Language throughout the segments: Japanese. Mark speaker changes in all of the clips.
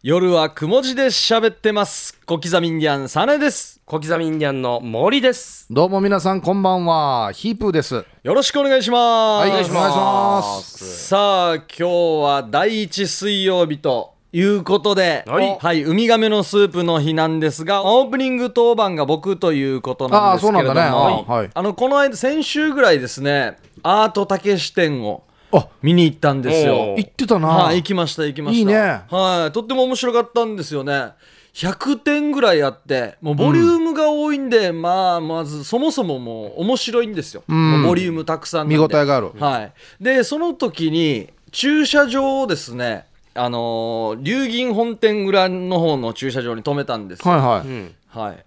Speaker 1: 夜はくも字で喋ってます。小刻みインディアン、サネです。
Speaker 2: 小刻みインディアンの森です。
Speaker 3: どうも皆さんこんばんはヒープーです。は
Speaker 1: よろしくお願いします。
Speaker 3: いお願いします。
Speaker 1: さあ、今日は第一水曜日と。いうことで、
Speaker 2: はい
Speaker 1: ウミガメのスープの日なんですが、オープニング当番が僕ということなんですけれども、
Speaker 3: あーそうなんだねはい
Speaker 1: あのこの間先週ぐらいですね、アートたけし展を
Speaker 3: あ
Speaker 1: 見に行ったんですよ
Speaker 2: お。
Speaker 3: 言ってたな。
Speaker 1: はい、行きました行きました
Speaker 3: いいね
Speaker 1: はいとっても面白かったんですよね100点ぐらいあってもうボリュームが多いんで、まあまずそもそももう面白いんですよ、
Speaker 3: ん
Speaker 1: ボリュームたくさんなんで
Speaker 3: 見応えがある
Speaker 1: はい、でその時に駐車場をですねあのー龍銀本店裏の方の駐車場に止めたんですよ
Speaker 3: はいは
Speaker 2: う
Speaker 3: い。
Speaker 2: ん。
Speaker 1: はい、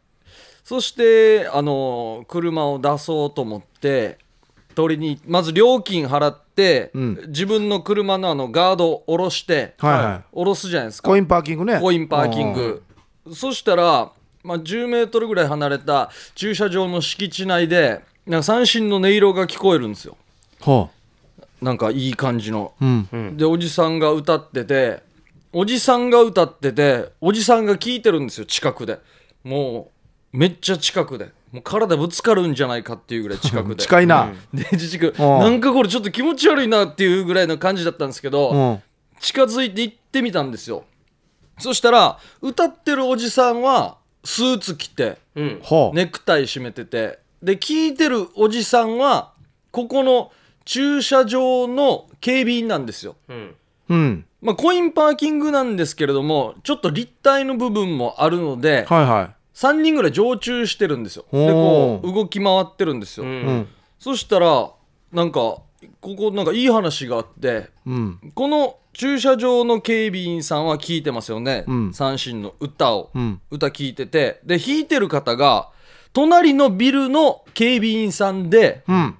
Speaker 1: そしてあの車を出そうと思って取りにまず料金払って、
Speaker 3: うん
Speaker 1: 自分の車のあのガードを下ろして、
Speaker 3: はいはい
Speaker 1: 下ろすじゃないですか
Speaker 3: コインパーキングね。
Speaker 1: コインパーキングそしたら、まあ、10メートルぐらい離れた駐車場の敷地内でなんか三振の音色が聞こえるんですよ
Speaker 3: うん。は
Speaker 1: なんかいい感じの
Speaker 3: あ。うん。
Speaker 2: うん。
Speaker 1: でおじさんが歌ってておじさんが歌ってておじさんが聞いてるんですよ近くでもうめっちゃ近くでもう体ぶつかるんじゃないかっていうぐらい近くで
Speaker 3: 近いな。
Speaker 1: で自粛
Speaker 3: うん
Speaker 1: なんかこれちょっと気持ち悪いなっていうぐらいの感じだったんですけど、
Speaker 3: うん。
Speaker 1: 近づいて行ってみたんですよそしたら歌ってるおじさんはスーツ着て
Speaker 2: うん。
Speaker 3: ほう。
Speaker 1: ネクタイ締めててで聞いてるおじさんはここの駐車場の警備員なんですよ
Speaker 2: うん。
Speaker 3: うん。
Speaker 1: まあ、コインパーキングなんですけれどもちょっと立体の部分もあるので、
Speaker 3: はいは
Speaker 1: 3人ぐらい常駐してるんですよでこ
Speaker 3: おー
Speaker 1: う動き回ってるんですよ、
Speaker 3: い。うん。
Speaker 1: そしたらなんかここなんかいい話があって
Speaker 3: うん。
Speaker 1: この駐車場の警備員さんは聞いてますよね、
Speaker 3: うん
Speaker 1: 三振の歌を、
Speaker 3: うん。
Speaker 1: 歌聞いててで弾いてる方が隣のビルの警備員さんで
Speaker 3: うん。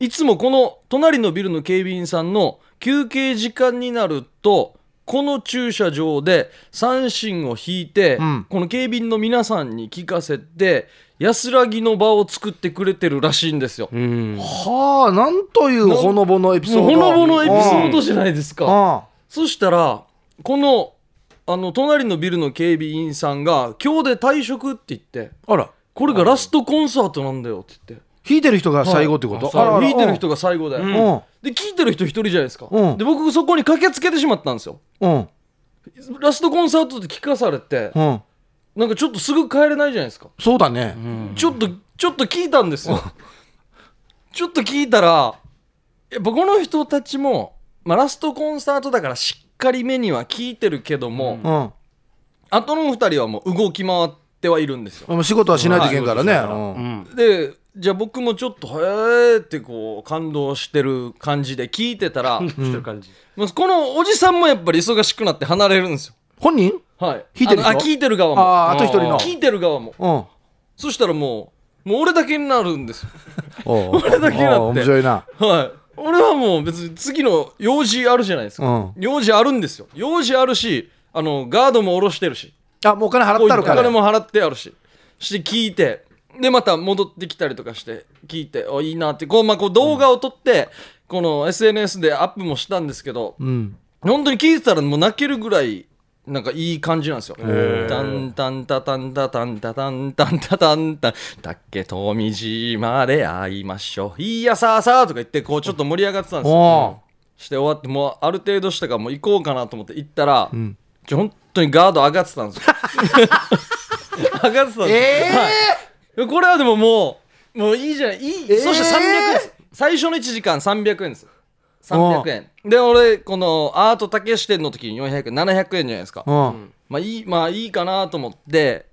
Speaker 1: いつもこの隣のビルの警備員さんの休憩時間になると、この駐車場で三振を引いて、
Speaker 3: うん
Speaker 1: この警備員の皆さんに聞かせて、安らぎの場を作ってくれてるらしいんですよ。も
Speaker 2: うん。
Speaker 3: はあ。なんというほのぼのエピ
Speaker 1: う
Speaker 3: ソード。
Speaker 1: ほのぼのエピソー
Speaker 3: うん
Speaker 1: ドじゃないですか。
Speaker 3: あ
Speaker 1: そしたら、この、あの、隣のビルの警備員さんが、今日で退職って言って、
Speaker 3: あ。あら。
Speaker 1: これがラストコンサートなんだよって言って。
Speaker 3: 弾いてる人が最後ってこと。あらあら
Speaker 1: 弾いてる人が最後だよ。
Speaker 2: うん
Speaker 1: で聞いてる人一人じゃないですか、
Speaker 3: うん
Speaker 1: で僕そこに駆けつけてしまったんですよ
Speaker 3: うん。うん。
Speaker 1: ラストコンサートって聞かされて
Speaker 3: うん。
Speaker 1: なんかちょっとすぐ帰れないじゃないですか、
Speaker 3: そうだね。
Speaker 1: ちょっとちょっと聞いたんですよちょっと聞いたらやっぱこの人たちも、まあ、ラストコンサートだからしっかり目には聞いてるけども、
Speaker 3: うん。も
Speaker 1: 後の二人はもう動き回ってはいるんですよ
Speaker 3: う仕事はしないといけんからね。
Speaker 2: う
Speaker 3: うん
Speaker 2: ん。
Speaker 1: でじゃあ僕もちょっと「へえ」ってこう感動してる感じで聞いてた ら
Speaker 2: してる感じ。
Speaker 1: もうこのおじさんもやっぱり忙しくなって離れるんですよ
Speaker 3: 本人？
Speaker 1: はい。
Speaker 3: 聞いてる人
Speaker 1: あのあ、聞いてる側
Speaker 3: あ
Speaker 1: も。
Speaker 3: ああと一人の。
Speaker 1: 聞いてる側も。
Speaker 3: うん。
Speaker 1: そしたらもう、もう俺だけになるんですよ。
Speaker 3: お
Speaker 1: 俺だけになって
Speaker 3: 面白いな。
Speaker 1: はい。俺はもう別に次の用事あるじゃないです
Speaker 3: う
Speaker 1: か。
Speaker 3: ん。
Speaker 1: 用事あるんですよ。用事あるし、あの、ガードも下ろしてるし。
Speaker 3: あ、もうお金払ったるか
Speaker 1: お金
Speaker 3: ら。
Speaker 1: も払ってあるし。して聞いて、で、また戻ってきたりとかして、聞いて、あ、いいなって、こう、まあ、こう動画を撮って、この SNS でアップもしたんですけど、
Speaker 3: うん。
Speaker 1: 本当に聞いてたらもう泣けるぐらいなんかいい感じなんですよ。
Speaker 3: へー
Speaker 1: タンタンタタンタタンタタンタンタタンタン竹富島で会いましょう。いやさあさあとか言ってこうちょっと盛り上がってたんですよ。
Speaker 3: お
Speaker 1: して終わってもうある程度したからもう行こうかなと思って行ったら、
Speaker 3: ん
Speaker 1: ちょ本当にガード上がってたん ですよ。上がってたんですよ。
Speaker 3: えー
Speaker 1: はいこれはでももうもういいじゃない。いい。
Speaker 3: えー
Speaker 1: そして300円です。最初の1時間300円です。300円で俺このアートたけし店の時に400円700円じゃないですか
Speaker 3: お。
Speaker 2: ん
Speaker 1: まあいいまあいいかなと思って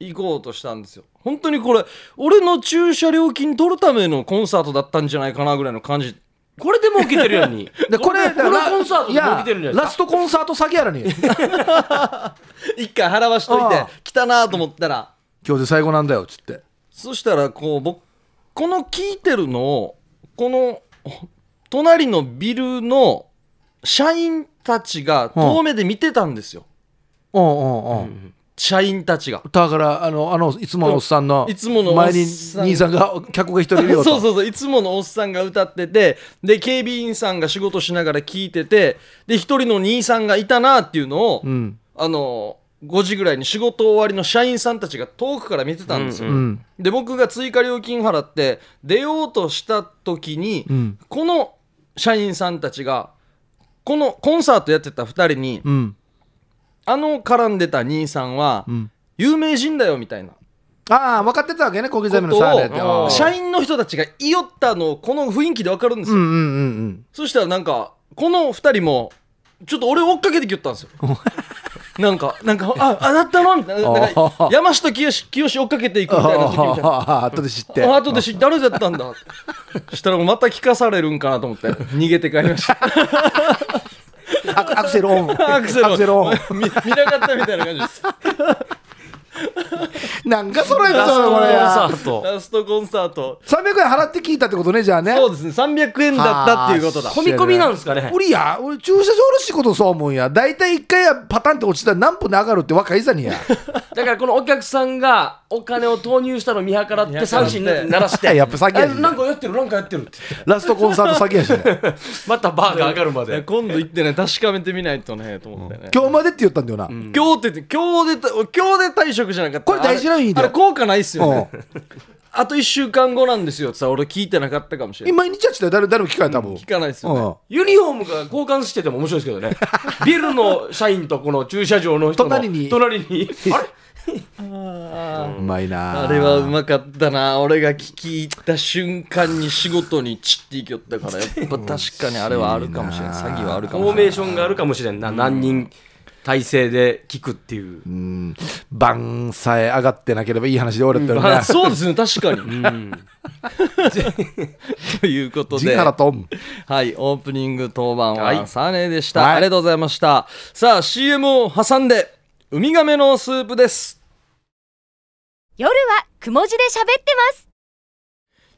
Speaker 1: 行こうとしたんですよ本当にこれ俺の駐車料金取るためのコンサートだったんじゃないかなぐらいの感じ
Speaker 2: これでもう受けてるように。
Speaker 3: でこれ
Speaker 2: このコンサートでもう受けてるんじゃな
Speaker 3: いや
Speaker 2: い
Speaker 3: ラ
Speaker 2: です
Speaker 3: ストコンサート先や らに今
Speaker 1: 一回払わしとい
Speaker 3: あ
Speaker 1: て
Speaker 3: あ
Speaker 1: 来たなと思ったら
Speaker 3: 日で最後なんだよっつって
Speaker 1: そしたらこう僕この聞いてるのをこの隣のビルの社員たちが遠目で見てたんですよ、
Speaker 3: うんうん
Speaker 2: うん
Speaker 3: う
Speaker 2: ん
Speaker 1: 社員たちが
Speaker 3: だからあのあのいつものおっさんの
Speaker 1: いつものおっさん
Speaker 3: 前に兄さんが客が一人いるよ
Speaker 1: そう
Speaker 3: と
Speaker 1: そうそういつものおっさんが歌っててで警備員さんが仕事しながら聞いててで一人の兄さんがいたなっていうのを、
Speaker 3: うん
Speaker 1: あの5時ぐらいに仕事終わりの社員さんたちが遠くから見てたんですよ、
Speaker 2: うん
Speaker 3: うん
Speaker 1: で僕が追加料金払って出ようとした時に、
Speaker 3: うん
Speaker 1: この社員さんたちがこのコンサートやってた2人に、
Speaker 3: うん
Speaker 1: あの絡んでた兄さんは
Speaker 3: うん
Speaker 1: 有名人だよみたいな
Speaker 3: ああ分かってたわけね小刻みのサーレって
Speaker 1: こと
Speaker 2: あ
Speaker 1: を
Speaker 2: ー
Speaker 1: 社員の人たちが言いよったのをこの雰囲気で分かるんです
Speaker 3: う
Speaker 1: よ、
Speaker 3: んうんうん
Speaker 1: そしたらなんかこの2人もちょっと俺追っかけてきよったん ですよなんかなんかああなったのみたいななん
Speaker 3: あ
Speaker 1: か
Speaker 3: ー
Speaker 1: 山下清清追っかけていく
Speaker 3: うん
Speaker 1: みたいな時みたいな
Speaker 3: あとで知って
Speaker 1: あ 後で知誰だったんだしたらまた聞かされるんかなと思って逃げて帰りました
Speaker 3: アクアクセルオン
Speaker 1: アクセル
Speaker 3: アクセルオン
Speaker 1: 見見なかったみたいな感じです
Speaker 3: なんかそれ
Speaker 2: ラ
Speaker 3: だ
Speaker 2: ストコンサート
Speaker 3: それや
Speaker 1: ラストコンサート
Speaker 3: 300円払って聞いたってことねじゃあね
Speaker 1: そうですね300円だったっていうことだ
Speaker 3: は
Speaker 2: 込み込みなんですかね
Speaker 3: 俺や俺駐車場の仕事そう思うんや大体一回やパタンって落ちたら何分で上がるって若いさにや
Speaker 2: だからこのお客さんがお金を投入したのを見計らって三振鳴らして
Speaker 3: やっぱ詐欺や
Speaker 2: え
Speaker 3: し
Speaker 2: なんかやってるなんかやってるって
Speaker 3: ラストコンサート詐欺やしね
Speaker 2: またバーが上がるま
Speaker 1: いや
Speaker 2: で
Speaker 1: 今度行ってね確かめてみないとねと思ってね、
Speaker 3: 今日までって言ったんだよな、
Speaker 1: 今日って言って今日でた今日で退職じゃなかった
Speaker 3: これ大事な意味だ
Speaker 1: あ
Speaker 3: よ
Speaker 1: れあれ効果ないっすよね
Speaker 3: うん
Speaker 1: あと1週間後なんですよってさ俺聞いてなかったかもしれない
Speaker 3: 今毎日やってたよ誰誰も聞かれたもん、
Speaker 1: 聞かないっすよね、
Speaker 3: うん
Speaker 2: ユニフォームが交換してても面白いですけどねビルの社員とこの駐車場の人の
Speaker 3: 隣に
Speaker 2: 隣にあれ
Speaker 3: うまいな
Speaker 1: あれはうまかったな俺が聞き入った瞬間に仕事に散っていきよったからやっ ぱ確かにあれはあるかもしれない詐欺はあるか
Speaker 2: フ
Speaker 1: も
Speaker 2: ォ
Speaker 1: しれな
Speaker 2: ーメーションがあるかもしれんな、何人体制で聞くっていう、
Speaker 3: うん晩さえ上がってなければいい話で終わるって
Speaker 2: うん
Speaker 1: い
Speaker 3: ね
Speaker 1: そうですね確か にということ
Speaker 3: ジン
Speaker 1: で
Speaker 3: ハラとん
Speaker 1: はいオープニング当番
Speaker 2: はい
Speaker 1: はサネでした、
Speaker 3: はい
Speaker 1: ありがとうございましたさあ CM を挟んでウミガメのスープです
Speaker 4: 夜はくも字で喋ってます。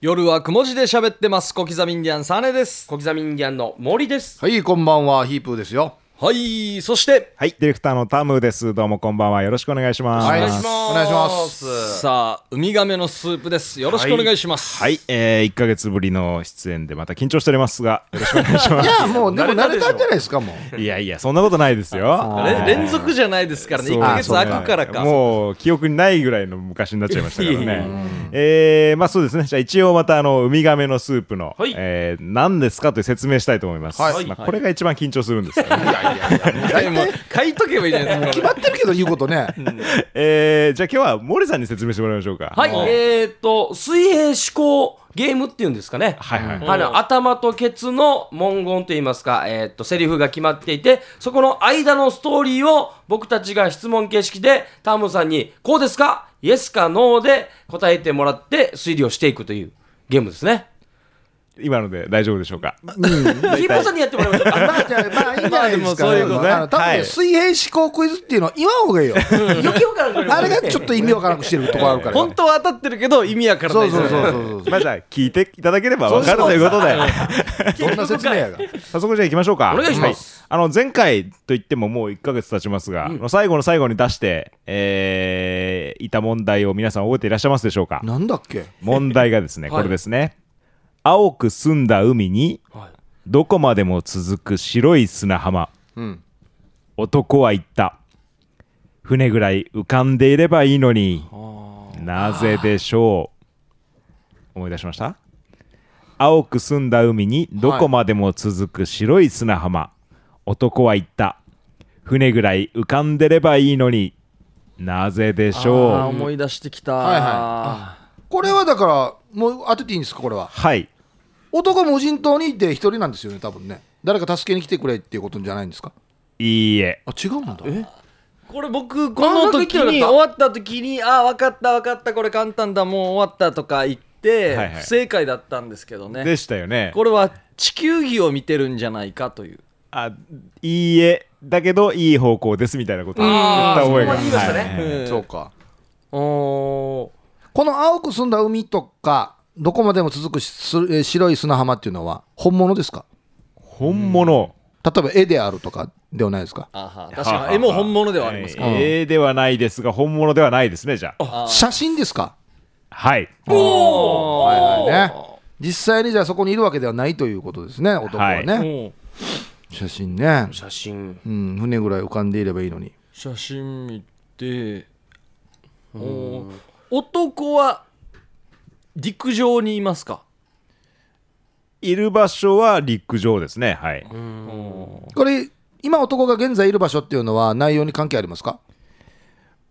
Speaker 1: 夜はくも字で喋ってます小刻みインディアンサネです
Speaker 2: 小刻みインディアンの森です
Speaker 3: はいこんばんはヒープーですよ
Speaker 1: はいそして
Speaker 5: はい、ディレクターのタムです。どうもこんばんは。よろしくお願いします。
Speaker 3: はいお願いします
Speaker 1: さあウミガメのスープですよろしくお願いします
Speaker 5: はい、えー、1ヶ月ぶりの出演でまた緊張しておりますが、よろしくお願いし ま
Speaker 3: いやもうでも
Speaker 2: 慣
Speaker 3: 慣
Speaker 2: れたで
Speaker 3: れ
Speaker 2: しょ
Speaker 3: たんじゃないですかもう
Speaker 5: す。いやいや、そんなことないですよ。
Speaker 1: れ
Speaker 5: はい
Speaker 1: 連続じゃないですからね、
Speaker 5: そ
Speaker 1: 1
Speaker 5: う
Speaker 1: ヶ月空くからか。
Speaker 5: もう記憶にないぐらいの昔になっちゃいましたから
Speaker 2: いえいえ
Speaker 5: ね。えー、まあそうですね。じゃあ一応またあのウミガメのスープの、
Speaker 2: はい
Speaker 5: えー何ですかという説明したいと思います。
Speaker 2: はい
Speaker 5: まあこれが一番緊張するんですよね。
Speaker 1: いやもう書いとけばいいじゃないです
Speaker 3: 決
Speaker 1: か。
Speaker 3: まってるけど言うことね
Speaker 5: えー、じゃあ今日は森さんに説明してもらいましょうか。
Speaker 2: はい、えっ、と水平思考ゲームっていうんですかね
Speaker 5: はいはい
Speaker 2: あの頭とケツの文言といいますか、えー、とセリフが決まっていてそこの間のストーリーを僕たちが質問形式でタムさんに「こうですか?」「イエスかノー」で答えてもらって推理をしていくというゲームですね。
Speaker 5: 今ので大丈夫でしょうか。
Speaker 2: ヒップさんにやってもらいましょうか。
Speaker 3: まあじゃあまあいいんじゃないですか
Speaker 5: まあでもそういうことね
Speaker 3: あの多
Speaker 5: は
Speaker 3: 分
Speaker 5: い
Speaker 3: 水平思考クイズっていうのは言わん方が いいよ
Speaker 2: 余計わからんから
Speaker 3: あれがちょっと意味わからなくしてるとこあるから
Speaker 1: 本当は当たってるけど、意味わからな
Speaker 3: そ
Speaker 1: いうです
Speaker 3: そ
Speaker 1: よ
Speaker 3: う
Speaker 1: ね
Speaker 3: そうそうそう
Speaker 5: まあじゃあ聞いていただければわかるということで。
Speaker 3: どんな説明やが
Speaker 5: 早速じゃあ行きましょうか。
Speaker 2: お願いします
Speaker 5: はいあの前回といってももう1ヶ月経ちますが、最後の最後に出して、えーいた問題を皆さん覚えていらっしゃいますでしょうか
Speaker 3: なんだっけ
Speaker 5: 問題がですね、
Speaker 2: はい
Speaker 5: これですね。青く澄んだ海に、
Speaker 2: はい
Speaker 5: どこまでも続く白い砂浜。男は言った。船ぐらい浮かんでいればいいのに、なぜでしょう思い出しました青く澄んだ海にどこまでも続く白い砂浜、男は言った船ぐらい浮かんでればいいのになぜでし
Speaker 1: あー
Speaker 5: ょう
Speaker 1: 思い出してきた。
Speaker 3: いはいこれはだからもう当てていいんですかこれは
Speaker 5: はい
Speaker 3: 男無人島にいて一人なんですよね多分ね誰か助けに来てくれっていうことじゃないんですか
Speaker 5: いいえ
Speaker 3: あ違うんだ
Speaker 1: これ僕、この時
Speaker 2: あなんか言って
Speaker 1: に終
Speaker 2: なかった
Speaker 1: わった時に、ああ、分かった分かった、これ簡単だ、もう終わったとか言って、
Speaker 5: はいはい
Speaker 1: 不正解だったんですけどね
Speaker 5: で。したよね
Speaker 1: これは地球儀を見てるんじゃないかという。
Speaker 5: あいいえだけどいい方向ですみたいなことを言った覚えが
Speaker 2: あーそこまで言いましたね
Speaker 5: はい
Speaker 1: うん
Speaker 3: そうか
Speaker 2: おー
Speaker 3: この青く澄んだ海とかどこまでも続くしすえー白い砂浜っていうのは本物ですか
Speaker 5: 本物
Speaker 3: 例えば絵であるとかではないですか
Speaker 1: あは確かに、絵も本物ではありますから。
Speaker 5: えー絵ではないですが本物ではないですねじゃあ
Speaker 3: 写真ですか
Speaker 5: はい
Speaker 2: おー
Speaker 3: はいはいね実際にじゃあそこにいるわけではないということですね男はね、
Speaker 1: もう
Speaker 3: 写真ね、
Speaker 2: 写真
Speaker 3: うん、船ぐらい浮かんでいればいいのに
Speaker 1: 写真見ておー男は陸上にいますか
Speaker 5: いる場所は陸上ですねはい
Speaker 3: これ今男が現在いる場所っていうのは内容に関係ありますか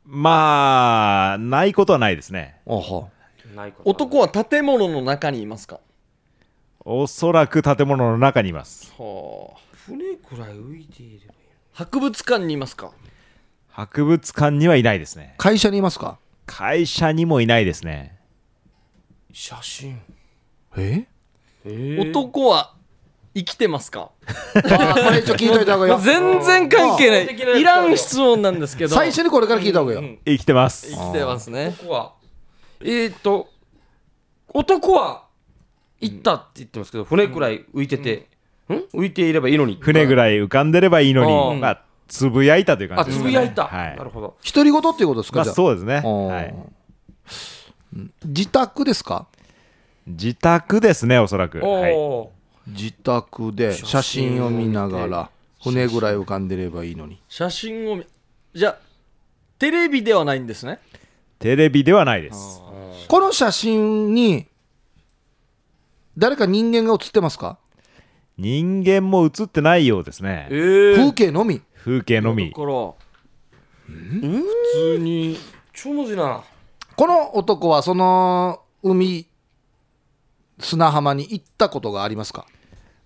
Speaker 5: まあないことはないですね
Speaker 3: おは
Speaker 2: ないことは
Speaker 1: 男は建物の中にいますか
Speaker 5: おそらく建物の中にいます
Speaker 1: はあ
Speaker 2: 船くらい浮いていればいい
Speaker 1: 博物館にいますか
Speaker 5: 博物館にはいないですね
Speaker 3: 会社にいますか
Speaker 5: 会社にもいないですね
Speaker 2: 写真
Speaker 3: え
Speaker 1: 男は生きてますか
Speaker 3: あこれ一応聞いといた方がいい
Speaker 1: まあ
Speaker 3: よ
Speaker 1: 全然関係ないいらん質問なんですけど
Speaker 3: 最初にこれから聞いた方がいいよ、
Speaker 1: うん
Speaker 5: 生きてます
Speaker 1: 生きてますね
Speaker 2: 男はえー、っと男は行ったって言ってますけど船くらい浮いてて、ん浮いていればいいのに
Speaker 5: 船ぐ
Speaker 2: い
Speaker 5: らい浮かんでればいいの
Speaker 2: う
Speaker 5: に
Speaker 2: ん
Speaker 5: まあつぶやいたという感
Speaker 2: あ
Speaker 5: じです
Speaker 2: つ
Speaker 5: か
Speaker 2: ぶ
Speaker 5: ね
Speaker 2: やいた、
Speaker 5: はい
Speaker 2: なるほど
Speaker 3: 独り言っていうことですか、
Speaker 5: まあ
Speaker 3: じゃあ
Speaker 5: そうですね
Speaker 3: おー
Speaker 5: はい
Speaker 3: 自宅ですか
Speaker 5: 自宅ですねおそらく
Speaker 2: お
Speaker 5: はい
Speaker 2: お
Speaker 3: 自宅で写真を見ながら船ぐらい浮かんでればいいのに
Speaker 1: 写真を見じゃあテレビではないんですね
Speaker 5: テレビではないです
Speaker 3: この写真に誰か人間が写ってますか
Speaker 5: 人間も映ってないようです
Speaker 2: ー、
Speaker 5: ね
Speaker 2: え
Speaker 3: 風
Speaker 2: ー、
Speaker 3: 景のみ
Speaker 5: 風景のみ
Speaker 1: だから普通に
Speaker 2: 超文字な
Speaker 3: この男はその海砂浜に行ったことがありますか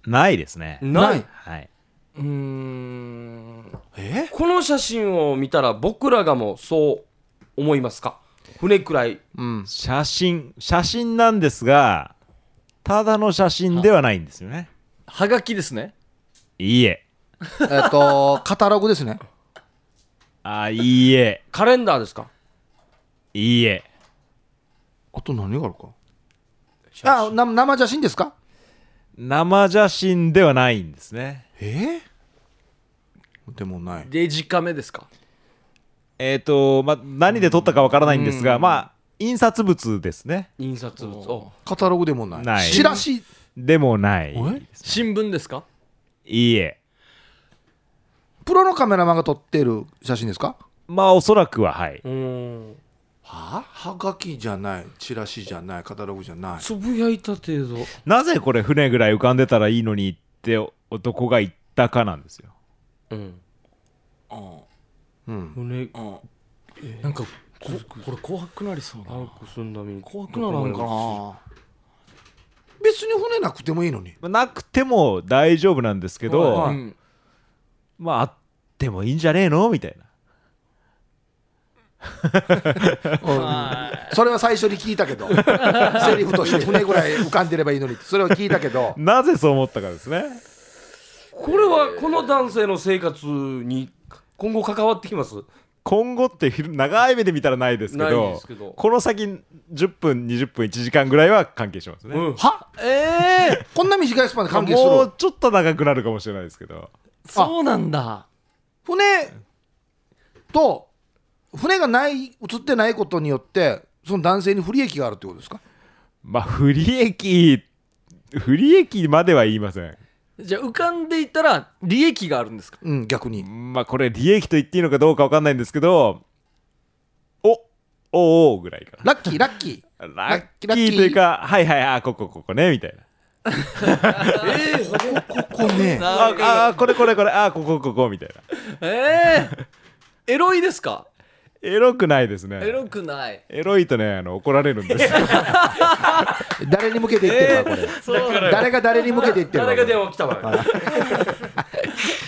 Speaker 5: ないですね
Speaker 2: ない
Speaker 5: はい、
Speaker 1: うーん
Speaker 3: え
Speaker 2: この写真を見たら僕らがもうそう思いますか船くらい
Speaker 3: うん
Speaker 5: 写真写真なんですがただの写真ではないんですよね
Speaker 1: はがきですね
Speaker 5: いいえ
Speaker 3: えっとカタログですね
Speaker 5: あいいえ
Speaker 2: カレンダーですか
Speaker 5: いいえ
Speaker 3: あと何があるかあな生写真ですか
Speaker 5: 生写真ではないんですね
Speaker 3: えでもない
Speaker 1: デジカメですか
Speaker 5: えっ、とまあ何で撮ったかわからないんですが、まあ印刷物ですね
Speaker 2: 印刷物お
Speaker 3: カタログでもない
Speaker 5: ない
Speaker 3: チラシ
Speaker 5: でもない
Speaker 1: 新聞ですか
Speaker 5: いいえ
Speaker 3: プロのカメラマンが撮ってる写真ですか
Speaker 5: まあおそらくははいう
Speaker 2: ーん
Speaker 3: ははがきじゃないチラシじゃないカタログじゃない
Speaker 2: つぶやいた程度
Speaker 5: なぜこれ船ぐらい浮かんでたらいいのにって男が言ったかなんですよ
Speaker 2: うん
Speaker 3: うん
Speaker 2: 船ア
Speaker 1: なんかここれ怖くなりそうな
Speaker 2: ルクスンダミ
Speaker 1: 怖くならんかな
Speaker 3: 別に船なくてもいいのに
Speaker 5: まあなくても大丈夫なんですけど、
Speaker 3: はい
Speaker 1: うん
Speaker 5: まああってもいいんじゃねえのみたいな
Speaker 3: それは最初に聞いたけどセリフとして船ぐらい浮かんでればいいのにってそれを聞いたけど
Speaker 5: なぜそう思ったかですね
Speaker 2: これはこの男性の生活に今後関わってきます
Speaker 5: 今後ってひ長い目で見たらないですけ
Speaker 2: ない
Speaker 5: ど
Speaker 2: ですけど
Speaker 5: この先10分20分1時間ぐらいは関係しますね、
Speaker 2: うん
Speaker 3: はええこんな短いスパンで関係す
Speaker 5: も
Speaker 3: る
Speaker 5: うちょっと長くなるかもしれないですけど
Speaker 1: そうなんだ
Speaker 3: 船と船がない映ってないことによってその男性に不利益があるってことですか
Speaker 5: まあ不利益不利益までは言いません
Speaker 1: じゃあ浮かんでいたら利益があるんですか
Speaker 3: うん逆に
Speaker 5: まあこれ利益と言っていいのかどうかわかんないんですけどおおおぐらいか
Speaker 3: ラッキーラッキ
Speaker 5: な
Speaker 3: ラ
Speaker 5: ラ
Speaker 3: ッ
Speaker 5: ッ
Speaker 3: キ
Speaker 5: キ
Speaker 3: ー
Speaker 5: ーというかはいはいあここここねみたいな
Speaker 3: ーここ ね
Speaker 5: ああこれこれこれあここここみたいな
Speaker 1: ええ エロいですか
Speaker 5: エロくないですね
Speaker 1: エロくない
Speaker 5: エロいとねあの怒られるんですよ
Speaker 3: 誰に向けて言ってるわこれ、誰が誰に向けて言ってるわ
Speaker 2: 誰が電話来たわよえー
Speaker 3: えーな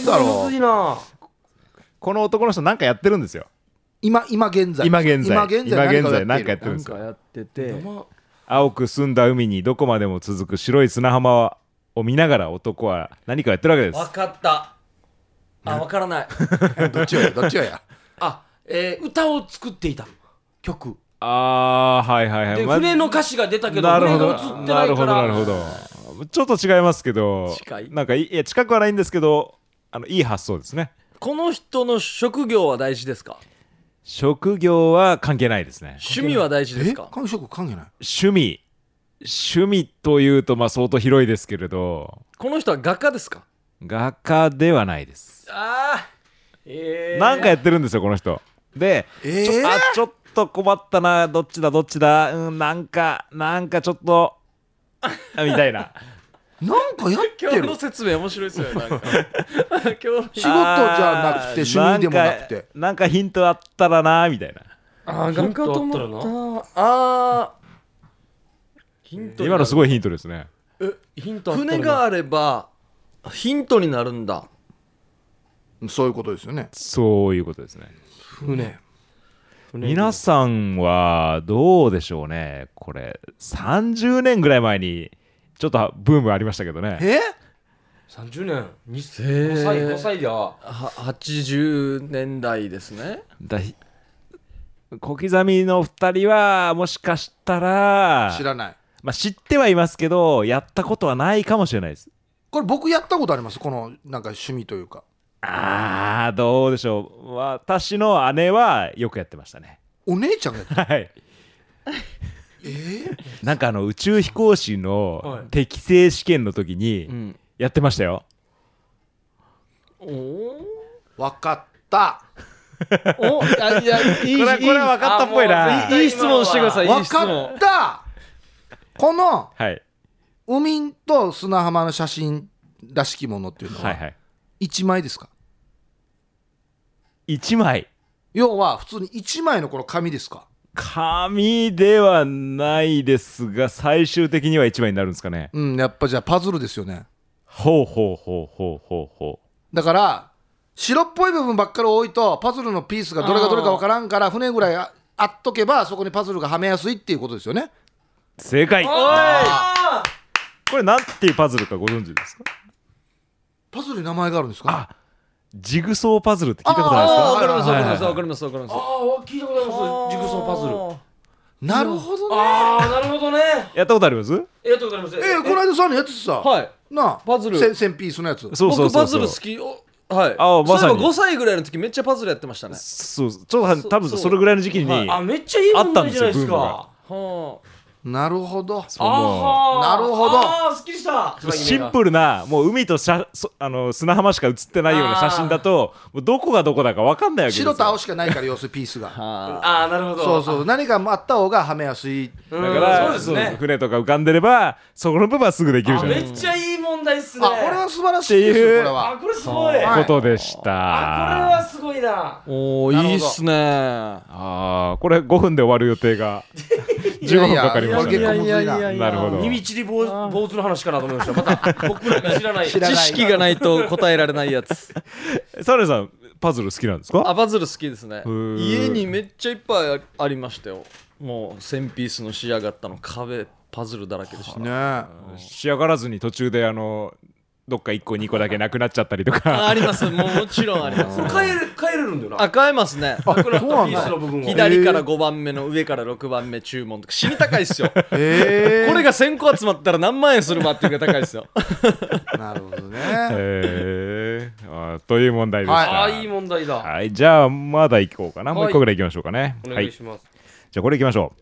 Speaker 3: んだ
Speaker 2: これむ
Speaker 3: ろ
Speaker 2: ず
Speaker 3: う
Speaker 2: いな
Speaker 5: この男の人なんかやってるんですよ
Speaker 3: 今今現在
Speaker 5: 今現在
Speaker 3: 今現在何かをやっている
Speaker 5: 今現在何かやって
Speaker 1: な
Speaker 5: るん
Speaker 1: ん
Speaker 5: です
Speaker 1: か
Speaker 5: よ
Speaker 1: やってて
Speaker 5: 青く澄んだ海にどこまでも続く白い砂浜を見ながら男は何かやってるわけです
Speaker 1: わかったあわからない
Speaker 3: どっちよ やどっちよや
Speaker 2: あえー歌を作っていた曲
Speaker 5: あーはいはいは
Speaker 2: で
Speaker 5: い、ま
Speaker 2: 船の歌詞が出たけど
Speaker 5: なる
Speaker 2: 船
Speaker 5: ほ
Speaker 2: が
Speaker 5: ど
Speaker 2: 映って
Speaker 5: な
Speaker 2: ない
Speaker 5: る
Speaker 2: か
Speaker 5: ほどなる
Speaker 2: ら
Speaker 5: ほどちょっと違いますけど
Speaker 1: 近い
Speaker 5: なんかいいや近くはないんですけどあのいい発想ですね
Speaker 1: この人の職業は大事ですか
Speaker 5: 職業は関係ないですね
Speaker 1: 趣味は大事ですか
Speaker 3: 感触関係ない
Speaker 5: 趣味趣味というとまあ相当広いですけれど
Speaker 1: この人は画家ですか
Speaker 5: 画家ではないです
Speaker 1: あ
Speaker 2: え
Speaker 5: なんかやってるんですよこの人で、ちょ
Speaker 3: えー
Speaker 5: あちょっと困ったなどっちだどっちだうんなんかなんかちょっとあみたいな
Speaker 3: なんかや
Speaker 1: 今
Speaker 3: って
Speaker 1: 日
Speaker 3: る
Speaker 1: の説明面白いですよねなんか今日
Speaker 3: 仕事じゃなくて趣味でもなく
Speaker 5: なん
Speaker 3: て
Speaker 5: かなんかヒントあったらなみたいな
Speaker 1: あ
Speaker 2: ヒントあったらな
Speaker 1: なあーヒント
Speaker 5: 今のす
Speaker 1: い
Speaker 5: ごいヒントですね
Speaker 2: ヒントあったら
Speaker 1: 船があればヒントになるんだ
Speaker 3: そういうことですよね
Speaker 5: そういうことですね
Speaker 2: 船船
Speaker 5: 皆さんはどうでしょうねこれ30年ぐらい前にちょっとブームありましたけどね
Speaker 3: え
Speaker 2: 30年に
Speaker 1: へー
Speaker 2: 5歳5歳では
Speaker 1: は80年代ですね
Speaker 5: だい小刻みの2人はもしかしたら
Speaker 3: 知らない
Speaker 5: まあ、知ってはいますけどやったことはないかもしれないです
Speaker 3: これ僕やったことありますこのなんか趣味というか
Speaker 5: あーどうでしょう私の姉はよくやってましたね
Speaker 3: お姉ちゃんがやってる
Speaker 5: はいなんかあの宇宙飛行士
Speaker 2: は
Speaker 5: の
Speaker 2: い
Speaker 5: 適正試験の時
Speaker 1: う
Speaker 5: に
Speaker 1: ん
Speaker 5: やってましたよ、
Speaker 1: おー
Speaker 3: 分かった
Speaker 1: おあいやいい
Speaker 5: これはこれは分かったっぽ
Speaker 2: あ
Speaker 5: い
Speaker 2: もう
Speaker 5: ない
Speaker 1: いい質問してくださいいい
Speaker 3: 分
Speaker 1: 質問
Speaker 3: かったこの
Speaker 5: はい
Speaker 3: 海と砂浜の写真らしきものっていうの
Speaker 5: はい
Speaker 3: は
Speaker 5: はい
Speaker 3: 1枚ですか
Speaker 5: 1枚
Speaker 3: 要は普通に1枚のこの紙ですか
Speaker 5: 紙ではないですが最終的には1枚になるんですかね
Speaker 3: うんやっぱじゃあパズルですよね
Speaker 5: ほうほうほうほうほうほ
Speaker 3: だから白っぽい部分ばっかり多いとパズルのピースがどれがどれか分からんから船ぐらいああっとけばそこにパズルがはめやすいっていうことですよね
Speaker 5: う正解
Speaker 2: あ
Speaker 5: これなんていうパズルかご存知ですか
Speaker 3: パズルに名前があるんですか
Speaker 5: ジグソーパズルって聞いたことないです
Speaker 1: あ
Speaker 5: か
Speaker 1: ーわかります
Speaker 5: はい
Speaker 1: わ
Speaker 5: はい
Speaker 1: か
Speaker 5: は
Speaker 1: り
Speaker 5: い
Speaker 1: ますわかりますわかります
Speaker 2: あー聞いたことありますジグソーパズル
Speaker 3: なるほどね
Speaker 2: ああなるほどね
Speaker 5: やったことあります
Speaker 2: ありがとうございます
Speaker 3: えー、この間さんのやつさ、
Speaker 1: はい
Speaker 3: なあ
Speaker 1: パズル
Speaker 3: せ1000ピースのやつ
Speaker 5: そうそうそうそう
Speaker 1: 僕パズル好きおはい
Speaker 5: あまさに
Speaker 1: そういえば5歳ぐらいの時めっちゃパズルやってましたね
Speaker 5: そうちょっと多分
Speaker 1: そう
Speaker 5: それぐらいの時期に、
Speaker 1: はい
Speaker 2: あめっちゃいい問題じゃないですか
Speaker 1: は
Speaker 3: なるほど
Speaker 5: そ
Speaker 2: あ
Speaker 5: の
Speaker 2: はー
Speaker 3: なるほど
Speaker 2: あーすっきりした
Speaker 5: シンプルなもう海としゃそあの砂浜しか写ってないような写真だともうどこがどこだか分かんないわけですよ
Speaker 3: 白と青しかないから要するにピースが
Speaker 1: あ
Speaker 2: ああなるほど
Speaker 3: そうそう何かあった方がはめやすい
Speaker 2: うん
Speaker 5: だから、
Speaker 2: そうですね
Speaker 5: 船とか浮かんでればそこの部分はすぐできる
Speaker 2: あ
Speaker 5: じゃない
Speaker 2: めっ
Speaker 5: で
Speaker 2: ちゃいい問題っすね
Speaker 3: あこれは素晴らしいです
Speaker 5: ってい
Speaker 3: よ
Speaker 5: う
Speaker 3: これ
Speaker 2: あ
Speaker 3: は
Speaker 2: これすごいあ
Speaker 5: すか
Speaker 3: はい
Speaker 5: ことでした
Speaker 2: これはすごいな
Speaker 1: おー
Speaker 3: なるほ
Speaker 1: い
Speaker 3: ど
Speaker 1: いっすね
Speaker 5: あーこれ5分で終わる予 定が15分かかりました
Speaker 3: いやいや
Speaker 5: ね
Speaker 3: いやいやいや
Speaker 5: なるほど
Speaker 2: 耳ちり坊坊主の話かなと思いましたまた僕らが知らない
Speaker 3: 知らない
Speaker 1: 知識がないと答えられないやつ
Speaker 5: サレさんパズル好きなんですか
Speaker 1: あパズル好きですね
Speaker 5: ー
Speaker 1: 家にめっちゃいっぱいありましたよもう1000ピースの仕上がったの壁パズルだらけでした
Speaker 3: ね
Speaker 5: 仕上がらずに途中であのどっか1個2個だけなくなっちゃったりと
Speaker 1: あ
Speaker 5: か
Speaker 1: ありますもうもちろんあります
Speaker 2: これ変える変えれるんだよな
Speaker 1: あ変えますね
Speaker 2: なくなった
Speaker 3: そうなん
Speaker 2: ピ
Speaker 3: だ
Speaker 2: ースの部分を
Speaker 1: 左から5番目の上から6番目注文とか死に高いっ すよこ
Speaker 3: え
Speaker 1: れが1000個集まったら何万円するわっていうが高いっすよ
Speaker 3: えなるほどね
Speaker 5: へーあーという問題でした、
Speaker 2: ああいい問題だ
Speaker 5: はい、じゃあまだ行こうかな、もう
Speaker 2: はい
Speaker 5: 一個ぐらい行きましょうかね
Speaker 2: お
Speaker 5: は
Speaker 2: 願い
Speaker 5: い
Speaker 2: します
Speaker 5: じゃあこれ行きましょう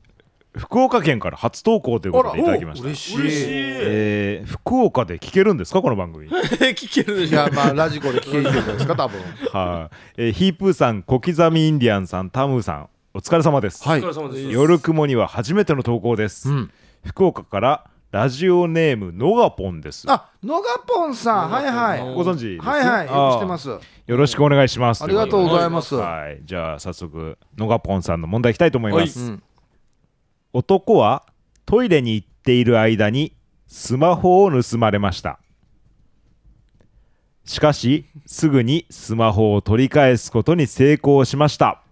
Speaker 5: 福岡県から初投稿ということでいただきました
Speaker 3: 嬉しい
Speaker 2: 嬉しい
Speaker 5: えー福岡で聞けるんですかこの番 組
Speaker 1: 聞けるで
Speaker 3: い
Speaker 1: しょ
Speaker 3: やまあラジコで聞けるんじゃないです か多分
Speaker 5: はい、えーヒープーさん小刻みインディアンさんタムーさんお疲れ様です、
Speaker 3: は
Speaker 2: お
Speaker 3: い
Speaker 2: 疲れ様です
Speaker 5: 夜雲には初めての投稿です、
Speaker 3: ん
Speaker 5: 福岡からラジオネームのがぽんです
Speaker 3: あ野賀ポンさんはいはい
Speaker 5: ご存知です
Speaker 3: はいはいよく知ってます
Speaker 5: よろしくお願いします
Speaker 3: ありがとうござい
Speaker 5: ま
Speaker 3: ます
Speaker 5: はい、じゃあ早速のがぽんさんの問題いきたいと思います、
Speaker 3: うん
Speaker 5: 男はトイレに行っている間にスマホを盗まれましたしかしすぐにスマホを取り返すことに成功しました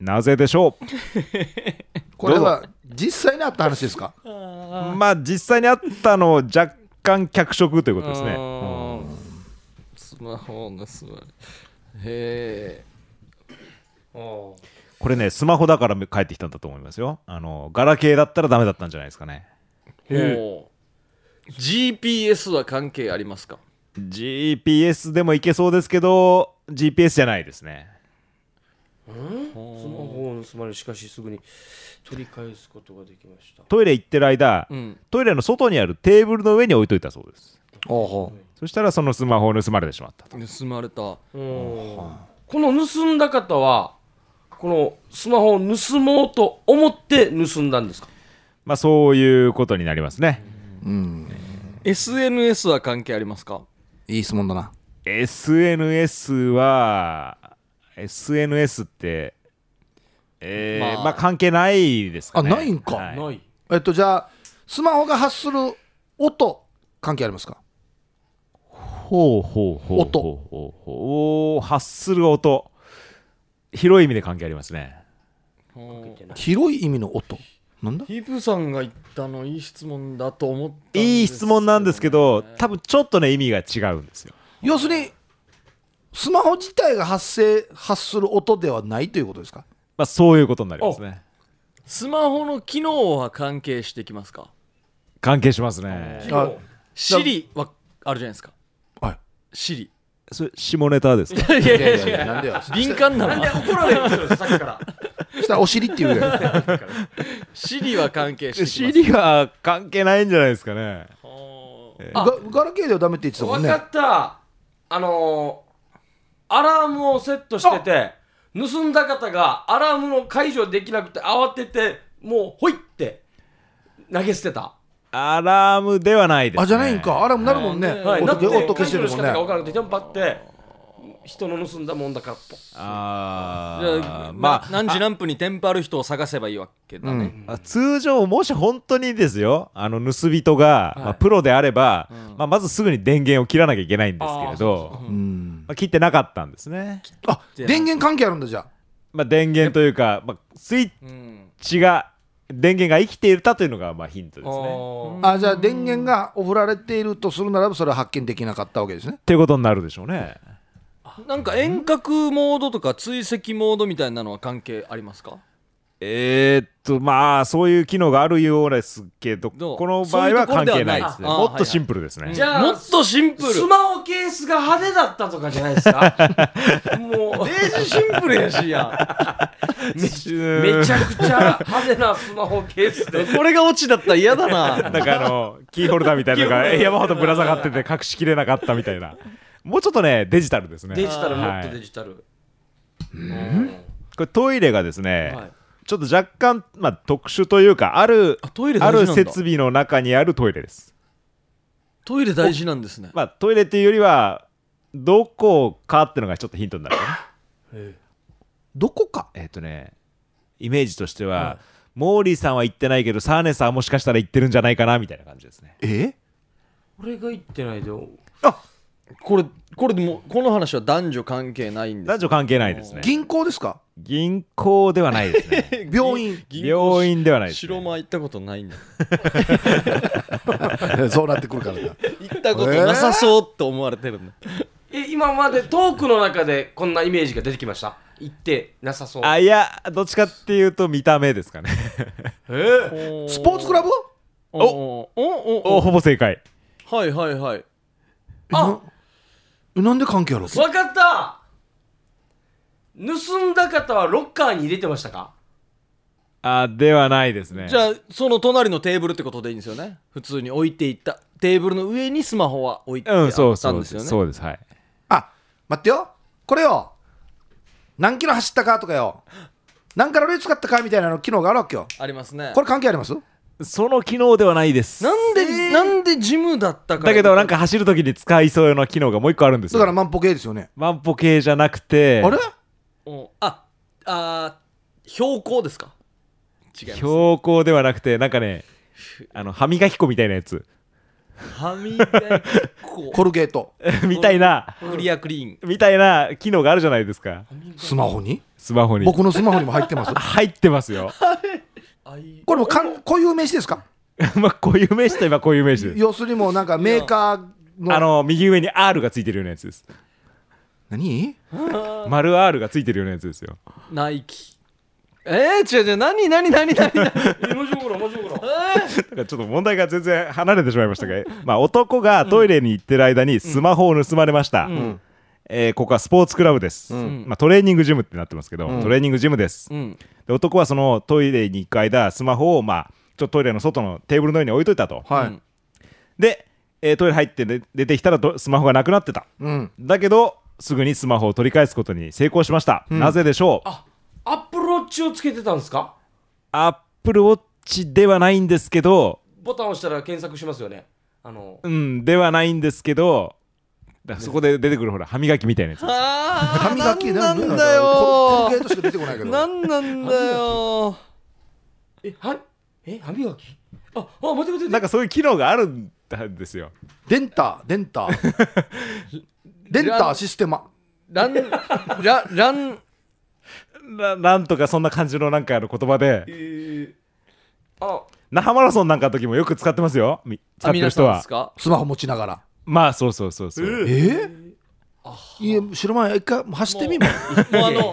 Speaker 5: なぜでしょ
Speaker 3: これは実際にあった話ですか
Speaker 5: うまあ実際にあったのを若干脚色ということですね
Speaker 1: うんスマホのすごい へえ
Speaker 2: お
Speaker 5: これねスマホだから帰ってきたんだと思いますよあのガラケーだったらダメだったんじゃないですかね
Speaker 1: ほう GPS は関係ありますか
Speaker 5: GPS でもいけそうですけど GPS じゃないですね
Speaker 2: ースマホを盗まれしかしすぐに取り返すことができました
Speaker 5: トイレ行ってる間、
Speaker 1: うん
Speaker 5: トイレの外にあるテーブルの上に置いといたそうです
Speaker 3: おうほ
Speaker 5: そしたらそのスマホを盗まれてしまったと
Speaker 1: 盗まれた
Speaker 2: うんこの盗んだ方はこのスマホを盗もうと思って盗んだんですか
Speaker 5: まあそういうことになりますね。
Speaker 1: SNS は関係ありますか
Speaker 3: いい質問だな
Speaker 5: SNS は SNS って、えー
Speaker 1: ま
Speaker 5: ま
Speaker 1: あ
Speaker 5: あ、関係ないですかね。
Speaker 3: あないんか
Speaker 5: はい
Speaker 2: ない
Speaker 3: えっとじゃあスマホが発する音関係ありますか
Speaker 5: ほうほうほう
Speaker 3: 音
Speaker 5: ほうほうほう発する音広い意味で関係ありますね。
Speaker 3: 広い意味の音なんだ
Speaker 1: ヒープーさんが言ったのいい質問だと思った
Speaker 5: いい質問なんですけど多分ちょっとね意味が違うんですよ。
Speaker 3: 要するにスマホ自体が発生発する音ではないということですか
Speaker 5: まあそういうことになりますね。
Speaker 1: スマホの機能は関係してきますか
Speaker 5: 関係しますね。
Speaker 3: あ
Speaker 1: Siri はあるじゃないですか
Speaker 3: はい
Speaker 1: Siri
Speaker 5: それ下ネタですか。
Speaker 1: いやいやいや
Speaker 3: なんでよ
Speaker 1: 敏感 なのは
Speaker 2: 怒られるんですよさっきから
Speaker 3: そしたらお尻っていうぐ らい
Speaker 1: Siri は関係してきます
Speaker 5: CD は関係ないんじゃないですかね。
Speaker 3: ガガラケーではダメって言ってたも
Speaker 2: 分
Speaker 3: んね
Speaker 2: かったあのーアラームをセットしてて盗んだ方がアラームの解除できなくて慌ててもうほいって投げ捨てた、
Speaker 5: アラームではないです、ね。
Speaker 3: あじゃないんかアラームなるもんね
Speaker 1: あーね
Speaker 2: はい、な
Speaker 3: 音
Speaker 2: って
Speaker 3: 消音消
Speaker 2: 解
Speaker 3: して
Speaker 2: 除
Speaker 3: る
Speaker 2: の
Speaker 3: も
Speaker 2: 仕
Speaker 3: ん
Speaker 2: 方
Speaker 3: ね
Speaker 2: が分からなくてテンパって人の盗んだもんだからポ
Speaker 1: じ
Speaker 2: ッ
Speaker 1: ゃ
Speaker 5: あ
Speaker 1: あま
Speaker 5: あま
Speaker 1: あ
Speaker 5: あ
Speaker 1: 何時何分にテンパある人を探せばいいわけだね
Speaker 5: あ通常もし本当にですよあの盗人が、まあ、プロであれば、まあ、まずすぐに電源を切らなきゃいけないんですけれど
Speaker 3: うん
Speaker 5: まあ、切ってなかったんですね、
Speaker 3: あ電源関係あるんだじゃあ
Speaker 5: まあ、電源というか、まあ、スイッ
Speaker 1: うん
Speaker 5: チが電源が生きていたというのがまあヒントですね。
Speaker 2: あ
Speaker 3: あじゃあ電源がお振られているとするならばそれは発見できなかったわけですね
Speaker 5: っていうことになるでしょうね。
Speaker 1: なんか遠隔モードとか追跡モードみたいなのは関係ありますか
Speaker 5: えーっとまあそういう機能があるようですけど
Speaker 1: どう
Speaker 5: この場合は関係ないですね
Speaker 1: そういうところではないあ
Speaker 5: もっとシンプルですね。
Speaker 2: じゃあ
Speaker 1: もっとシンプル
Speaker 2: スマホケースが派手だったとかじゃないです かもう
Speaker 1: ページシンプルやしや
Speaker 2: めちゃくちゃ派手なスマホケースで
Speaker 1: これがオチだったら嫌だな
Speaker 5: なんかあの、キーホルダーみたいなのが山ほどぶら下がってて隠しきれなかったみたいな。もうちょっとね、デジタルですね。
Speaker 2: デジタルも
Speaker 5: は
Speaker 2: っ
Speaker 5: い
Speaker 2: とデジタル、
Speaker 5: これトイレがですね、
Speaker 2: はい
Speaker 5: ちょっと若干、まあ、特殊というか、ある、
Speaker 1: あトイレ
Speaker 5: あ
Speaker 1: 大事なん
Speaker 5: る
Speaker 1: だ
Speaker 5: 設備の中にあるトイレです。
Speaker 1: トイレ大事なんですね
Speaker 5: まあ、トイレっていうよりは、どこかっていうのがちょっとヒントになるかな。
Speaker 3: どこか
Speaker 5: えっとね、イメージとしては、モーリーさんは行ってないけど、サーネさんはもしかしたら行ってるんじゃないかなみたいな感じですね。
Speaker 3: え
Speaker 2: 俺が言ってないで
Speaker 1: これこれでもこの話は男女関係ないんです
Speaker 5: 男女関係ないですね。
Speaker 3: 銀行ですか
Speaker 5: 銀行ではないですね。
Speaker 3: 病院
Speaker 5: 病院ではないです、ね。
Speaker 1: 白間行ったことないんだ
Speaker 3: そうなってくるからな
Speaker 1: 行ったことなさそうって思われてるんだ、
Speaker 2: え今までトークの中でこんなイメージが出てきました言ってなさそう
Speaker 5: あいやどっちかっていうと見た目ですかね
Speaker 3: スポーツクラブ
Speaker 1: おおおお
Speaker 5: おほぼ正解
Speaker 1: はいはいはい
Speaker 2: あ
Speaker 3: えなんで関係あるわけ
Speaker 2: わかった盗んだ方はロッカーに入れてましたか
Speaker 5: あではないですね
Speaker 1: じゃあその隣のテーブルってことでいいんですよね普通に置いていったテーブルの上にスマホは置いてあ
Speaker 5: う
Speaker 1: っ
Speaker 5: んそうそ
Speaker 1: たん
Speaker 5: う
Speaker 1: ですよね、
Speaker 5: そうですはい
Speaker 3: あ待ってよこれよ何キロ走ったかとかよ何カロリー使ったかみたいなの機能があるわけよ
Speaker 1: ありますね
Speaker 3: これ関係あります
Speaker 5: その機能ではないです
Speaker 1: なんで、なんでジムだったか
Speaker 5: だけどなん
Speaker 1: か
Speaker 5: か走るときに使いそうな機能がもう一個あるんです
Speaker 3: だ
Speaker 5: よ
Speaker 3: から万歩計ですよね
Speaker 5: 万歩計じゃなくて
Speaker 3: あれ
Speaker 1: ああー標高ですか違います
Speaker 5: 標高ではなくてなんかねあの歯磨き粉みたいな やつ
Speaker 1: 歯磨き粉
Speaker 3: コルゲート
Speaker 5: みたいな
Speaker 1: クリアクリーン
Speaker 5: みたいな機能があるじゃないですか
Speaker 3: スマホに
Speaker 5: スマホに
Speaker 3: 僕のスマホにも入ってます
Speaker 5: 入ってますよ
Speaker 3: これもかんこういう名詞ですか
Speaker 5: まあ固有名詞といえば固有名詞です
Speaker 3: 要するにもうなんかメーカーの
Speaker 5: あの右上に R がついてるようなやつです
Speaker 3: 何
Speaker 5: 丸 R がついてるようなやつですよ
Speaker 1: ナイキえー、違う違う何何何 何何
Speaker 2: え面白いから面白いから
Speaker 5: なんかちょっと問題が全然離れてしまいましたが、 まあ、男がトイレに行ってる間にスマホを盗まれました、えーここはスポーツクラブです、まあ、トレーニングジムってなってますけど、トレーニングジムです、
Speaker 1: ん
Speaker 5: で男はそのトイレに行く間スマホを、まあ、ちょっとトイレの外のテーブルの上に置いといたと、
Speaker 3: はい
Speaker 5: で、えートイレ入ってで出てきたらどスマホがなくなってた
Speaker 3: うん
Speaker 5: だけどすぐにスマホを取り返すことに成功しました、なぜでしょう
Speaker 2: アップルウォッチをつけてたんですか
Speaker 5: アップルウォッチではないんですけど
Speaker 2: ボタン押したら検索しますよねあの
Speaker 5: うんではないんですけどだそこで出てくるほら歯磨きみたいな やつ
Speaker 1: あ
Speaker 3: 歯磨き
Speaker 1: なんなんだよ
Speaker 3: コルゲートしか出てこないけど
Speaker 1: なんなんだよ
Speaker 2: えはえ歯磨きああ待って待って
Speaker 5: なん
Speaker 2: 待って
Speaker 5: かそういう機能があるんですよ
Speaker 3: デンタデンタデンタシステマ
Speaker 1: ランララン
Speaker 5: ななんとかそんな感じのなんかあの言葉で
Speaker 2: えー、あ
Speaker 5: 那覇マラソンなんかの時もよく使ってますよみ 使ってる人
Speaker 1: あ皆さんで
Speaker 5: は
Speaker 1: すか
Speaker 3: スマホ持ちながら
Speaker 5: まあそうそうそうそう、
Speaker 3: えーいや白前一回走ってみも
Speaker 1: もうあの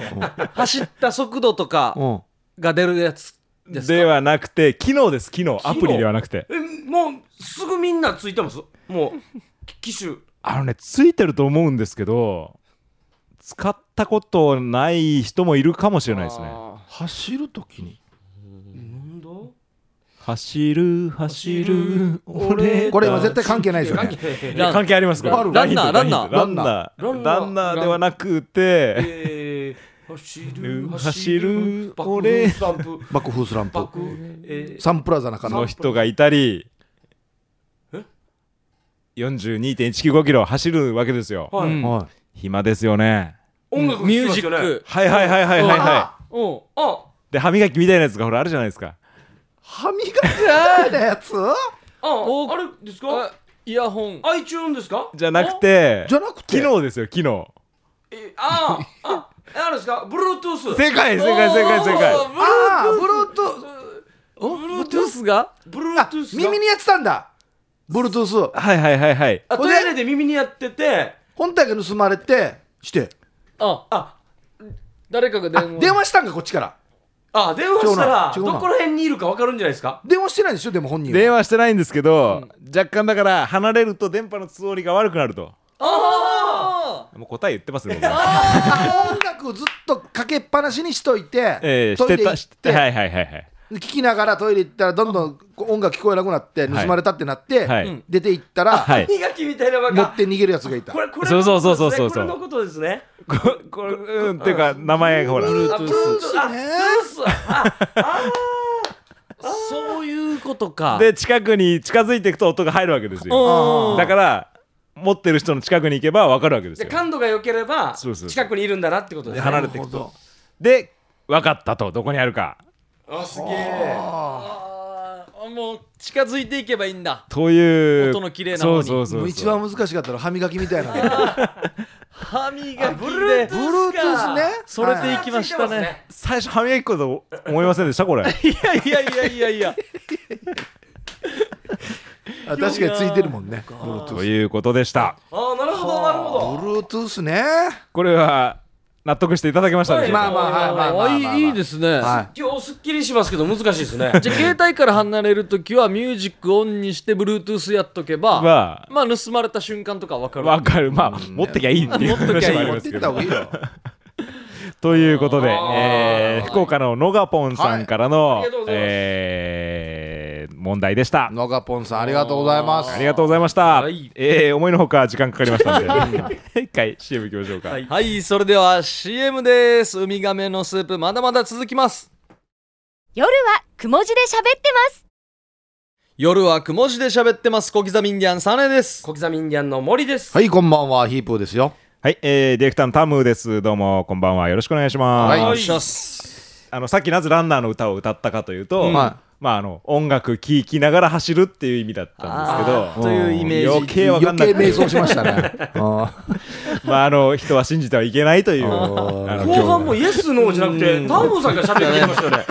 Speaker 1: 走った速度とか
Speaker 3: う
Speaker 1: が出るやつですか
Speaker 5: ではなくて機能です機能アプリではなくて
Speaker 2: えもうすぐみんなついてますもうき機種
Speaker 5: あのねついてると思うんですけど使ったことない人もいるかもしれないですね
Speaker 1: あ
Speaker 3: 走るときに
Speaker 2: なんだ
Speaker 5: 走る走る俺たち
Speaker 3: これ今絶対関係ないですよ
Speaker 2: 関
Speaker 3: ね
Speaker 2: 係
Speaker 1: ーラン
Speaker 5: 関係ありますか
Speaker 3: ある
Speaker 1: ランナー
Speaker 5: ラインと
Speaker 3: ランナー
Speaker 5: ラ
Speaker 2: ラ
Speaker 5: ン
Speaker 2: ン
Speaker 5: ナ
Speaker 2: ナ
Speaker 5: ー
Speaker 2: ー
Speaker 5: ランナーではなくて
Speaker 2: えー、走
Speaker 5: う
Speaker 2: る
Speaker 5: ん
Speaker 2: 走るバッ
Speaker 5: 俺
Speaker 2: クスタンプ
Speaker 3: 爆風スラン
Speaker 2: バ
Speaker 3: プ
Speaker 2: ックえー、
Speaker 3: サンプラザ中
Speaker 5: そ
Speaker 3: 野
Speaker 5: の人がいたり
Speaker 2: え
Speaker 5: 42.195キロ走るわけですよ
Speaker 2: はい、
Speaker 1: うん
Speaker 3: は
Speaker 5: 暇ですよね
Speaker 2: 音楽聴
Speaker 1: ミ
Speaker 2: き
Speaker 1: ュー
Speaker 2: ます
Speaker 1: ジ
Speaker 2: よね
Speaker 1: ック
Speaker 5: はいはいはいはいはいは
Speaker 1: うん
Speaker 2: あ
Speaker 5: いで歯磨きみたいなやつがほらあるじゃないですか
Speaker 3: 歯磨きみたいなやつ
Speaker 2: あ
Speaker 1: お
Speaker 2: あれですか
Speaker 1: あイヤホン
Speaker 2: iTune ですか
Speaker 5: じゃなくて
Speaker 3: じゃなくて
Speaker 5: 機能ですよ機能
Speaker 2: えああああれですか Bluetooth
Speaker 5: 正解正解正解正解
Speaker 3: ああブルートゥー
Speaker 1: お Bluetooth が
Speaker 2: Bluetooth が
Speaker 3: 耳にやってたんだブルートゥース
Speaker 5: はいはいはいはい
Speaker 2: あトイレで耳にやってて
Speaker 3: 本体が盗まれてして
Speaker 1: あ
Speaker 2: あ
Speaker 1: 誰かが
Speaker 3: あ
Speaker 1: 電話
Speaker 3: 電話したんかこっちから
Speaker 2: あ電話したら
Speaker 3: 違う
Speaker 2: ど
Speaker 3: な違うな
Speaker 2: こら辺にいるか分かるんじゃないですか
Speaker 3: 電話してないでしょでも本人は
Speaker 5: 電話してないんですけど、若干だから離れると電波の通りが悪くなると
Speaker 1: あ
Speaker 5: もう答え言ってますね僕
Speaker 3: あ音楽ずっとかけっぱなしにしといて、
Speaker 5: ええ
Speaker 3: トイレ行っ
Speaker 5: しててはいはいはいはい
Speaker 3: 聞きながらトイレ行ったらどんどんこう音楽聞こえなくなって
Speaker 5: はい
Speaker 3: 盗まれたってなって、
Speaker 5: はい
Speaker 3: うん出て行ったら、
Speaker 5: はい
Speaker 2: 歯磨きみたいなバ
Speaker 3: 持
Speaker 2: カ
Speaker 3: って逃げるやつがいた
Speaker 2: これこれ
Speaker 5: そうそうそうそうそう
Speaker 2: これのことですね
Speaker 5: ここれうんっていうか名前がほら
Speaker 2: あ Bluetooth あ Bluetooth あ
Speaker 1: あそういうことか
Speaker 5: で近くに近づいていくと音が入るわけですよ
Speaker 1: うん
Speaker 5: だから持ってる人の近くに行けば分かるわけです
Speaker 2: で
Speaker 5: よ
Speaker 2: 感度が良ければ
Speaker 5: そうそうそう
Speaker 2: 近くにいるんだなってことですね
Speaker 5: 離れていくとで分かったとどこにあるか
Speaker 2: あすげえ
Speaker 1: あーもう近づいていけばいいんだ
Speaker 5: という
Speaker 1: 音の綺麗な方に
Speaker 5: そうそうそ
Speaker 3: も
Speaker 5: うそう
Speaker 3: う一番難しかったのは歯磨きみたいな の
Speaker 1: 歯磨きで
Speaker 2: Bluetooth
Speaker 3: ブルートゥースね
Speaker 1: それで
Speaker 3: はい
Speaker 1: 行きましたね
Speaker 5: 最初歯磨き粉と思いませんでし たこれ
Speaker 1: いやいやいやいや いや
Speaker 3: あ確かについてるもん ねブルートゥ
Speaker 5: ということでした
Speaker 2: ああなるほどなるほど
Speaker 3: ースブルートゥースね
Speaker 5: これは納得していただけましたでしょう
Speaker 3: ま
Speaker 5: か
Speaker 3: あまあまあまあまあまあまあ
Speaker 1: あいいいいですね、
Speaker 3: は
Speaker 2: 今日すっきりしますけど難しいですね
Speaker 1: じゃあ携帯から離れるときはミュージックオンにして Bluetooth やっとけば、
Speaker 5: まあ
Speaker 1: まあ盗まれた瞬間とかわかる
Speaker 5: わかるまあ、持ってきゃいいっていう
Speaker 1: 持っとき
Speaker 5: 話
Speaker 1: ゃいい
Speaker 5: もあ
Speaker 3: い
Speaker 5: り
Speaker 3: 持
Speaker 5: ま
Speaker 3: って
Speaker 5: す
Speaker 3: い
Speaker 5: け
Speaker 3: った方
Speaker 5: ど
Speaker 3: がいいよ
Speaker 5: ということで、
Speaker 2: あー
Speaker 5: えー福岡の野賀ポンさんからの、
Speaker 2: いありがとうございます
Speaker 5: えー問題でした
Speaker 3: 野賀ポンさんありがとうございます
Speaker 5: ありがとうございました、
Speaker 1: はい
Speaker 5: えー思いのほか時間かかりましたんで 一回 CM いきましょうか、
Speaker 1: はいそれでは CM ですウミガメのスープまだまだ続きます
Speaker 4: 夜はくも字で喋ってます
Speaker 1: 夜はくも字で喋ってます小刻みインディアンサネです
Speaker 2: 小刻みインディアンの森です
Speaker 3: はいこんばんはヒープーですよ
Speaker 5: はい、えーディレクターのタムですどうもこんばんはよろしくお願いします、
Speaker 3: はい
Speaker 1: お願いします
Speaker 5: あのさっきなぜランナーの歌を歌ったかというと、
Speaker 1: うん
Speaker 5: まああの音楽聴きながら走るっていう意味だったんですけど
Speaker 1: あーというイメージ
Speaker 5: 余計わかんなく
Speaker 3: 余
Speaker 5: て
Speaker 3: 計迷走しましたねあ
Speaker 5: まああの人は信じてはいけないというあの
Speaker 2: 後半もイエスノーじゃなくてタモさんが喋ってきましたよね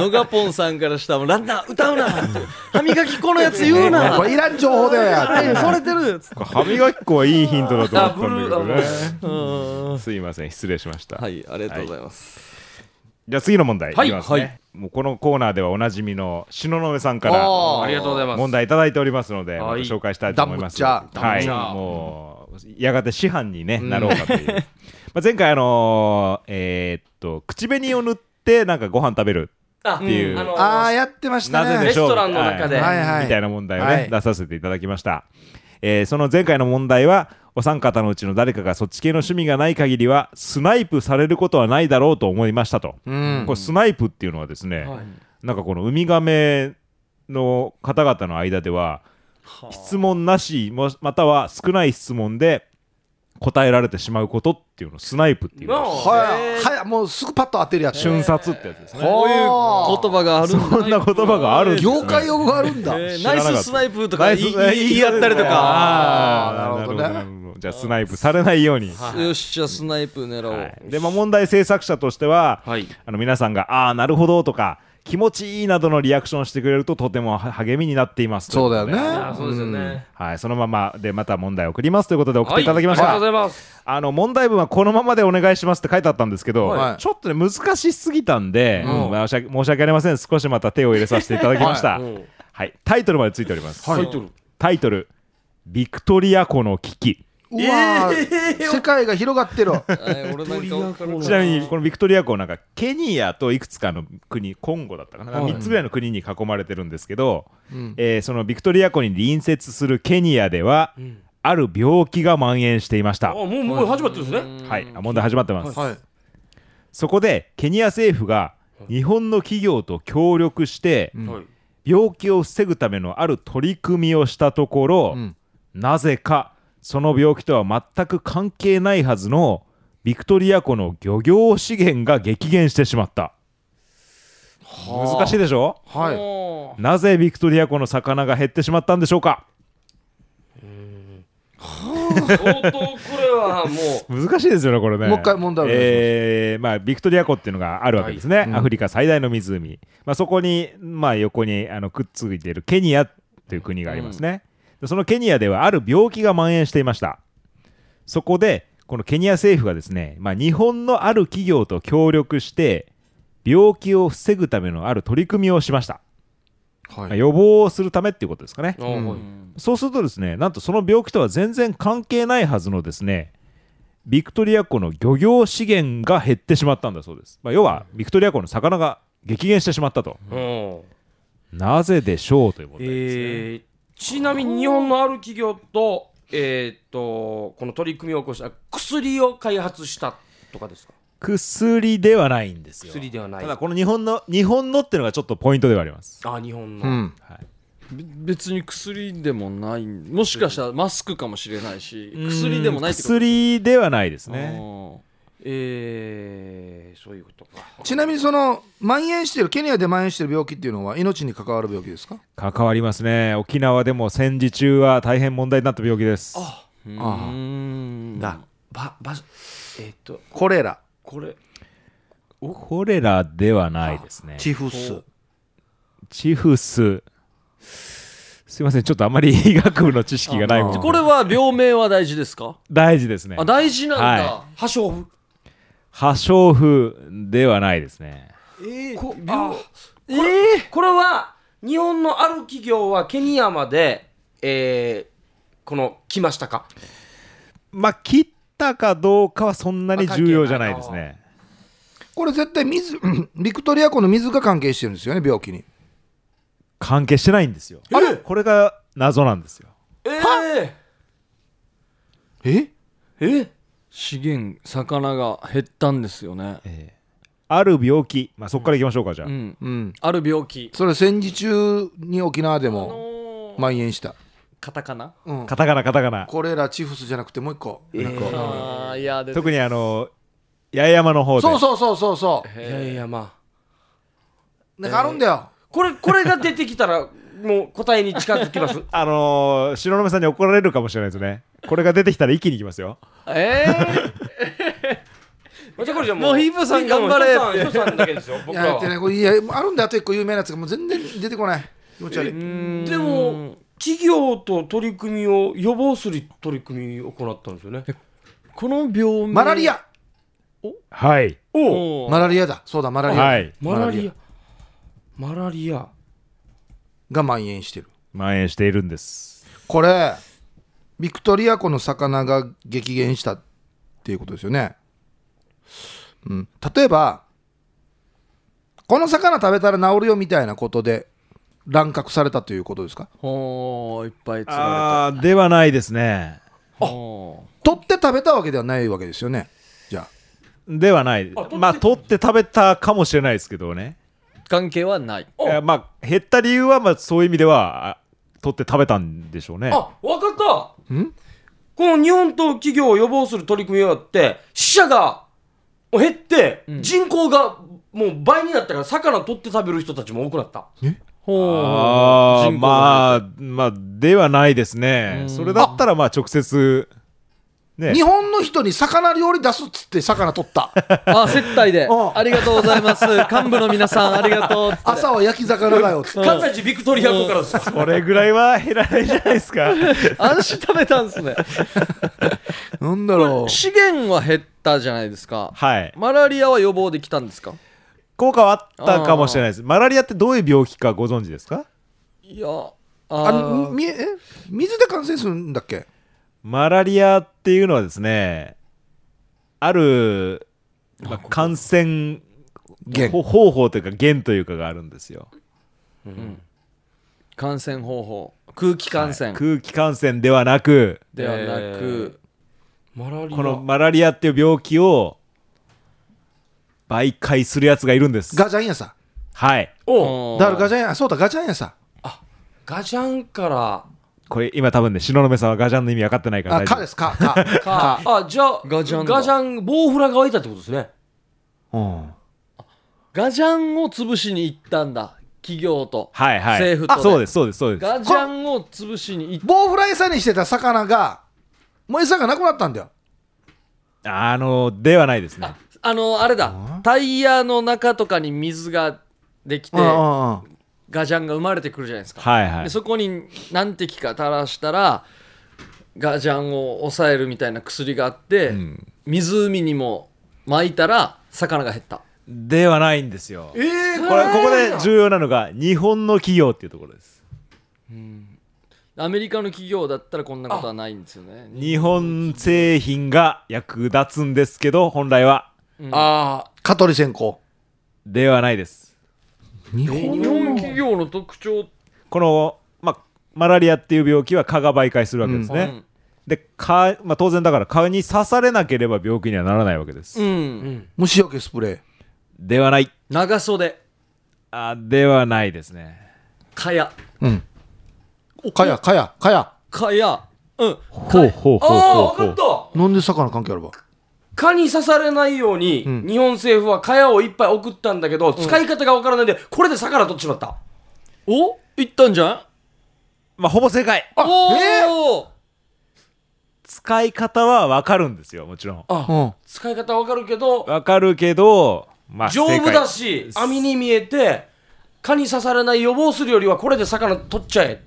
Speaker 1: 野賀ポンさんからしたらランナー歌うな歯磨き粉のやつ言う
Speaker 3: ー
Speaker 1: な
Speaker 3: これいらん情報だよやって
Speaker 1: それてる
Speaker 5: 歯磨き粉はいいヒントだと思ったんだ
Speaker 2: あブルー
Speaker 5: けどね。すいません、失礼しました。
Speaker 1: はいありがとうございます、
Speaker 5: じゃあ次の問題いき
Speaker 2: はい
Speaker 5: ますね。
Speaker 1: はい
Speaker 5: もうこのコーナーではおなじみの篠上さんか
Speaker 3: おー
Speaker 5: ら
Speaker 2: ありがとうございます
Speaker 5: 問題いただいておりますので、
Speaker 2: はい
Speaker 5: また紹介したいと思います。
Speaker 3: ダンブッチャー
Speaker 5: は
Speaker 2: ダンブッ
Speaker 5: い、
Speaker 2: チャー
Speaker 5: もうやがて師範に、ねなろうか という。まあ前回あのーえーっと口紅を塗ってなんかご飯食べる
Speaker 2: あ
Speaker 5: っていう
Speaker 2: あの
Speaker 3: ああやってました
Speaker 5: なぜ
Speaker 3: ね
Speaker 5: でしょう
Speaker 2: レストランの中で
Speaker 5: はい
Speaker 3: はいはい
Speaker 5: みたいな問題をね、
Speaker 3: はい
Speaker 5: 出させていただきました、えーその前回の問題はお三方のうちの誰かがそっち系の趣味がない限りはスナイプされることはないだろうと思いましたと、
Speaker 3: うん
Speaker 5: これスナイプっていうのはですね、なんかこのウミガメの方々の間では質問なしもまたは少ない質問で答えられてしまうことっていうのをスナイプっていう
Speaker 2: まあ
Speaker 5: の
Speaker 3: はい、はい、もうすぐパッと当てるやつ。
Speaker 5: 瞬殺ってやつですね、
Speaker 1: こういう言葉があるだ
Speaker 5: そんな言葉があるんですね
Speaker 3: 業界用語があるんだ。
Speaker 1: えー
Speaker 5: 知ら
Speaker 1: ナ
Speaker 5: な
Speaker 1: イ
Speaker 5: かった
Speaker 1: ススナイプとか言い
Speaker 5: ナイス
Speaker 1: 言い合ったりとか。
Speaker 5: あー
Speaker 3: なるほどね
Speaker 5: ほどじゃあスナイプされないように、
Speaker 1: よっしゃ、スナイプ狙おう。
Speaker 5: はいで、まあ、問題制作者としては、
Speaker 2: はい
Speaker 5: あの皆さんが「ああなるほど」とか「気持ちいい」などのリアクションをしてくれるととてもは励みになっています
Speaker 3: そうだよ
Speaker 5: ということで
Speaker 2: あ
Speaker 3: ね。
Speaker 2: ーそうですよね、
Speaker 5: はい、そのままでまた問題を送りますということで送っていただきまし
Speaker 2: はい
Speaker 5: た、
Speaker 2: ありがとうございます
Speaker 5: あの問題文はこのままでお願いしますって書いてあったんですけど、
Speaker 3: はい
Speaker 5: ちょっとね難しすぎたんで、申し訳申し訳ありません少しまた手を入れさせていただきました、は
Speaker 2: う
Speaker 5: い
Speaker 2: ん
Speaker 5: タイトルまでついております、
Speaker 2: タイトル
Speaker 5: タイトル「ビクトリア湖の危機」
Speaker 3: うわー、世界が広がってる。
Speaker 1: はい俺なんかわかる
Speaker 5: ちなみにこのビクトリア湖なんかケニアといくつかの国コンゴだったかな、
Speaker 2: はい
Speaker 5: 3つぐらいの国に囲まれてるんですけど、えーそのビクトリア湖に隣接するケニアでは、ある病気が蔓延していまし
Speaker 2: あ
Speaker 5: た、
Speaker 2: もうもう始まってるんですね
Speaker 5: はい、あ問題始まってます、
Speaker 3: はい。
Speaker 5: そこでケニア政府が日本の企業と協力して、
Speaker 2: はい
Speaker 5: 病気を防ぐためのある取り組みをしたところ、
Speaker 3: ん
Speaker 5: なぜかその病気とは全く関係ないはずのビクトリア湖の漁業資源が激減してしまった難しいでしょ
Speaker 3: はい。
Speaker 1: も
Speaker 5: なぜビクトリア湖の魚が減ってしまったんでしょうか
Speaker 2: 相当これはも
Speaker 5: 難しいですよねこれね
Speaker 3: もう一回問題をお願いします
Speaker 5: えーまあビクトリア湖っていうのがあるわけですね、アフリカ最大の湖、まあ、そこに、まあ、横にあのくっついているケニアという国がありますね、でそのケニアではある病気が蔓延していましたそこでこのケニア政府がですね、まあ、日本のある企業と協力して病気を防ぐためのある取り組みをしました、まあ
Speaker 3: はい。
Speaker 5: 予防をするためっていうことですかね
Speaker 2: う、うん
Speaker 5: そうするとですね、なんとその病気とは全然関係ないはずのですね、ビクトリア湖の漁業資源が減ってしまったんだそうです。まあ、要は、ビクトリア湖の魚が激減してしまったと。
Speaker 2: うん
Speaker 5: なぜでしょうということです。
Speaker 2: えーちなみに日本のある企業と,、えー、とこの取り組みを起こした薬を開発したとかですか
Speaker 5: 薬ではないんですよ。
Speaker 2: 薬ではない
Speaker 5: ただ、この日本の、日本のっていうのがちょっとポイントではあります。
Speaker 2: あ日本の、
Speaker 3: うん。
Speaker 1: べ別に薬でもないもしかしたらマスクかもしれないし薬でもないってこと
Speaker 5: 薬ではないです
Speaker 1: ね
Speaker 5: ね。
Speaker 2: えーそういうことか
Speaker 3: ちなみにその蔓延してるケニアで蔓延してる病気っていうのは命に関わる病気ですか？
Speaker 5: 関わりますね。沖縄でも戦時中は大変問題になった病気です。
Speaker 1: う
Speaker 3: あ
Speaker 1: ん
Speaker 2: だばばえーっと
Speaker 3: コレラ、
Speaker 2: これ
Speaker 5: コレラではないですね。
Speaker 3: チフス。
Speaker 5: チフス。すいません、ちょっとあまり医学部の知識がないもんで
Speaker 1: これは病名は大事ですか
Speaker 5: 大事ですね
Speaker 1: あ。大事なんだ
Speaker 5: は
Speaker 2: 破傷風
Speaker 5: 破傷風ではないですね。
Speaker 1: え
Speaker 2: こ
Speaker 1: ー
Speaker 2: あ
Speaker 1: 病
Speaker 2: これ,、これは日本のある企業はケニアまで、えーこの来ましたか
Speaker 5: まあ、切ったかどうかはそんなに重要じゃないですね。
Speaker 3: これ絶対水、うんビクトリア湖の水が関係してるんですよね病気に。
Speaker 5: 関係してないんですよ。
Speaker 3: あれ
Speaker 5: これが謎なんですよ。
Speaker 2: えー、
Speaker 3: え？
Speaker 2: え
Speaker 1: 資源魚が減ったんですよね
Speaker 5: ある病気、まあ、そこからいきましょうか、じゃあ。
Speaker 1: うん
Speaker 3: うん。
Speaker 1: ある病気
Speaker 3: それ戦時中に沖縄でも蔓延した。
Speaker 1: カタカナ
Speaker 3: うん。
Speaker 5: カタカナ、カタカナ。
Speaker 3: コレラ、チフスじゃなくてもう一個。なんか
Speaker 1: ああいやで
Speaker 5: 特にあの、八重山の方で。
Speaker 3: そうそうそうそうそ
Speaker 2: いやいやまあ
Speaker 3: う。なんかあるんだよ。
Speaker 2: これこれが出てきたらもう答えに近づき ます
Speaker 5: あのー、白目さんに怒られるかもしれないですね。これが出てきたら一気にいきますよ。
Speaker 1: え
Speaker 2: じゃあこれじゃ
Speaker 1: もうヒープさん頑張れって
Speaker 2: ヒープさんヒープさんだけですよ
Speaker 3: い
Speaker 2: 僕
Speaker 3: や
Speaker 2: ら
Speaker 3: だってね
Speaker 2: は
Speaker 3: これいやあるんだよあと一個有名なやつがもう全然出てこない。気持ち悪い。
Speaker 1: ー
Speaker 2: でも企業と取り組みを予防する取り組みを行ったんですよね
Speaker 1: この病名
Speaker 3: マラリア。
Speaker 5: はい。
Speaker 1: おう
Speaker 3: マラリアだ。そうだマラリア。
Speaker 5: はい
Speaker 2: マラリアマラリア
Speaker 3: が蔓延してる。
Speaker 5: 蔓延しているんです。
Speaker 3: これビクトリア湖の魚が激減したっていうことですよね、うん、例えばこの魚食べたら治るよみたいなことで乱獲されたということですか
Speaker 1: ほーいっぱい釣られた
Speaker 5: あーではないですね。
Speaker 1: あ
Speaker 3: 取って食べたわけではないわけですよねじゃあ
Speaker 5: ではない
Speaker 2: 取って
Speaker 5: まあ取って食べたかもしれないですけどね
Speaker 1: 関係はない
Speaker 2: お
Speaker 5: いやまあ減った理由はまあそういう意味ではあ取って食べたんでしょうね
Speaker 2: あわかった
Speaker 3: ん
Speaker 2: この日本と企業を予防する取り組みがあって死者が減って、
Speaker 1: うん
Speaker 2: 人口がもう倍になったから魚取って食べる人たちも多くなった
Speaker 5: あー
Speaker 1: 人口が
Speaker 5: まあまあではないですね
Speaker 1: うん
Speaker 5: それだったらまあ直接ね
Speaker 3: 日本の人に魚料理出すっつって魚取った
Speaker 1: あ接待で
Speaker 3: うん
Speaker 1: ありがとうござい ます幹部の皆さんありがとうって
Speaker 3: 朝は焼き魚だよっつって
Speaker 2: カンタジビクトリア湖からですよ
Speaker 5: これぐらいは減らないじゃないですか
Speaker 1: 安心食べたんですね
Speaker 3: なんだろう
Speaker 1: 資源は減ったじゃないですか
Speaker 5: はい
Speaker 1: マラリアは予防できたんですか
Speaker 5: 効果はあったかもしれないですマラリアってどういう病気かご存知ですか
Speaker 1: いやあー
Speaker 3: あのみえ水で感染するんだっけ
Speaker 5: マラリアっていうのはですねある、まあ、感染
Speaker 3: 源
Speaker 5: ほ方法というか源というかがあるんですよ
Speaker 1: 感染方法空気感染
Speaker 5: 空気感染ではなく
Speaker 1: ではなく、
Speaker 2: マラリア
Speaker 5: このマラリアっていう病気を媒介するやつがいるんです
Speaker 3: ガジャンやさ
Speaker 5: はい
Speaker 2: おう
Speaker 1: うん
Speaker 3: だからガジャンやそうだガジャンやさ
Speaker 2: ガジャンから
Speaker 5: これ今多分ね東雲さんはガジャンの意味分かってないから
Speaker 3: あ
Speaker 5: 大
Speaker 3: か
Speaker 5: 丈
Speaker 3: ですかか
Speaker 2: かあじゃあ
Speaker 1: ガジャンだ
Speaker 2: ガジャンボウフラがいたってことですね
Speaker 5: 夫、うん
Speaker 1: ガジャンを潰しに行ったんだ企業と、
Speaker 5: はいはい
Speaker 1: 政府とで
Speaker 5: あそうですそうですそうです
Speaker 1: ガジャンを潰しに行っ
Speaker 3: 棒フライ餌にしてた魚がもう餌がなくなったんだよ
Speaker 5: あのではないですね
Speaker 1: あのあれだタイヤの中とかに水ができて
Speaker 3: うんうん
Speaker 1: ガジャンが生まれてくるじゃないですか、
Speaker 5: はいはい
Speaker 1: でそこに何滴か垂らしたらガジャンを抑えるみたいな薬があって、
Speaker 5: ん
Speaker 1: 湖にも巻いたら魚が減った
Speaker 5: ではないんですよ
Speaker 3: ええ
Speaker 5: これここで重要なのが日本の企業っていうところです
Speaker 1: アメリカの企業だったらこんなことはないんですよね
Speaker 5: 日本製品が役立つんですけど本来は
Speaker 2: あ
Speaker 3: 蚊取り線香
Speaker 5: ではないです
Speaker 3: 日
Speaker 1: 日本企業の特徴
Speaker 5: この、まあ、マラリアっていう病気は蚊が媒介するわけですね、
Speaker 1: うん
Speaker 5: で蚊、まあ、当然だから蚊に刺されなければ病気にはならないわけです、
Speaker 1: うん、
Speaker 3: 虫除けスプレー
Speaker 5: ではない
Speaker 1: 長袖
Speaker 5: あではないですね
Speaker 1: かや
Speaker 3: うん蚊や蚊や蚊や
Speaker 1: かやうん
Speaker 5: ほうほう
Speaker 2: あ
Speaker 5: ほう
Speaker 2: あ
Speaker 5: ほう
Speaker 2: 分かった
Speaker 3: なんで魚関係あるば
Speaker 2: 蚊に刺されないように、
Speaker 3: ん
Speaker 2: 日本政府は蚊帳をいっぱい送ったんだけど、使い方が分からないんでこれで魚取ってしまった
Speaker 1: おいったんじゃん
Speaker 5: まあ、ほぼ正解
Speaker 1: あお
Speaker 3: え
Speaker 1: お
Speaker 5: 使い方はわかるんですよもちろん
Speaker 3: うん
Speaker 2: 使い方分かるけど
Speaker 5: わかるけど、まあ、
Speaker 2: 丈夫だし
Speaker 5: 正解
Speaker 2: 網に見えて蚊に刺されない予防するよりはこれで魚取っちゃえ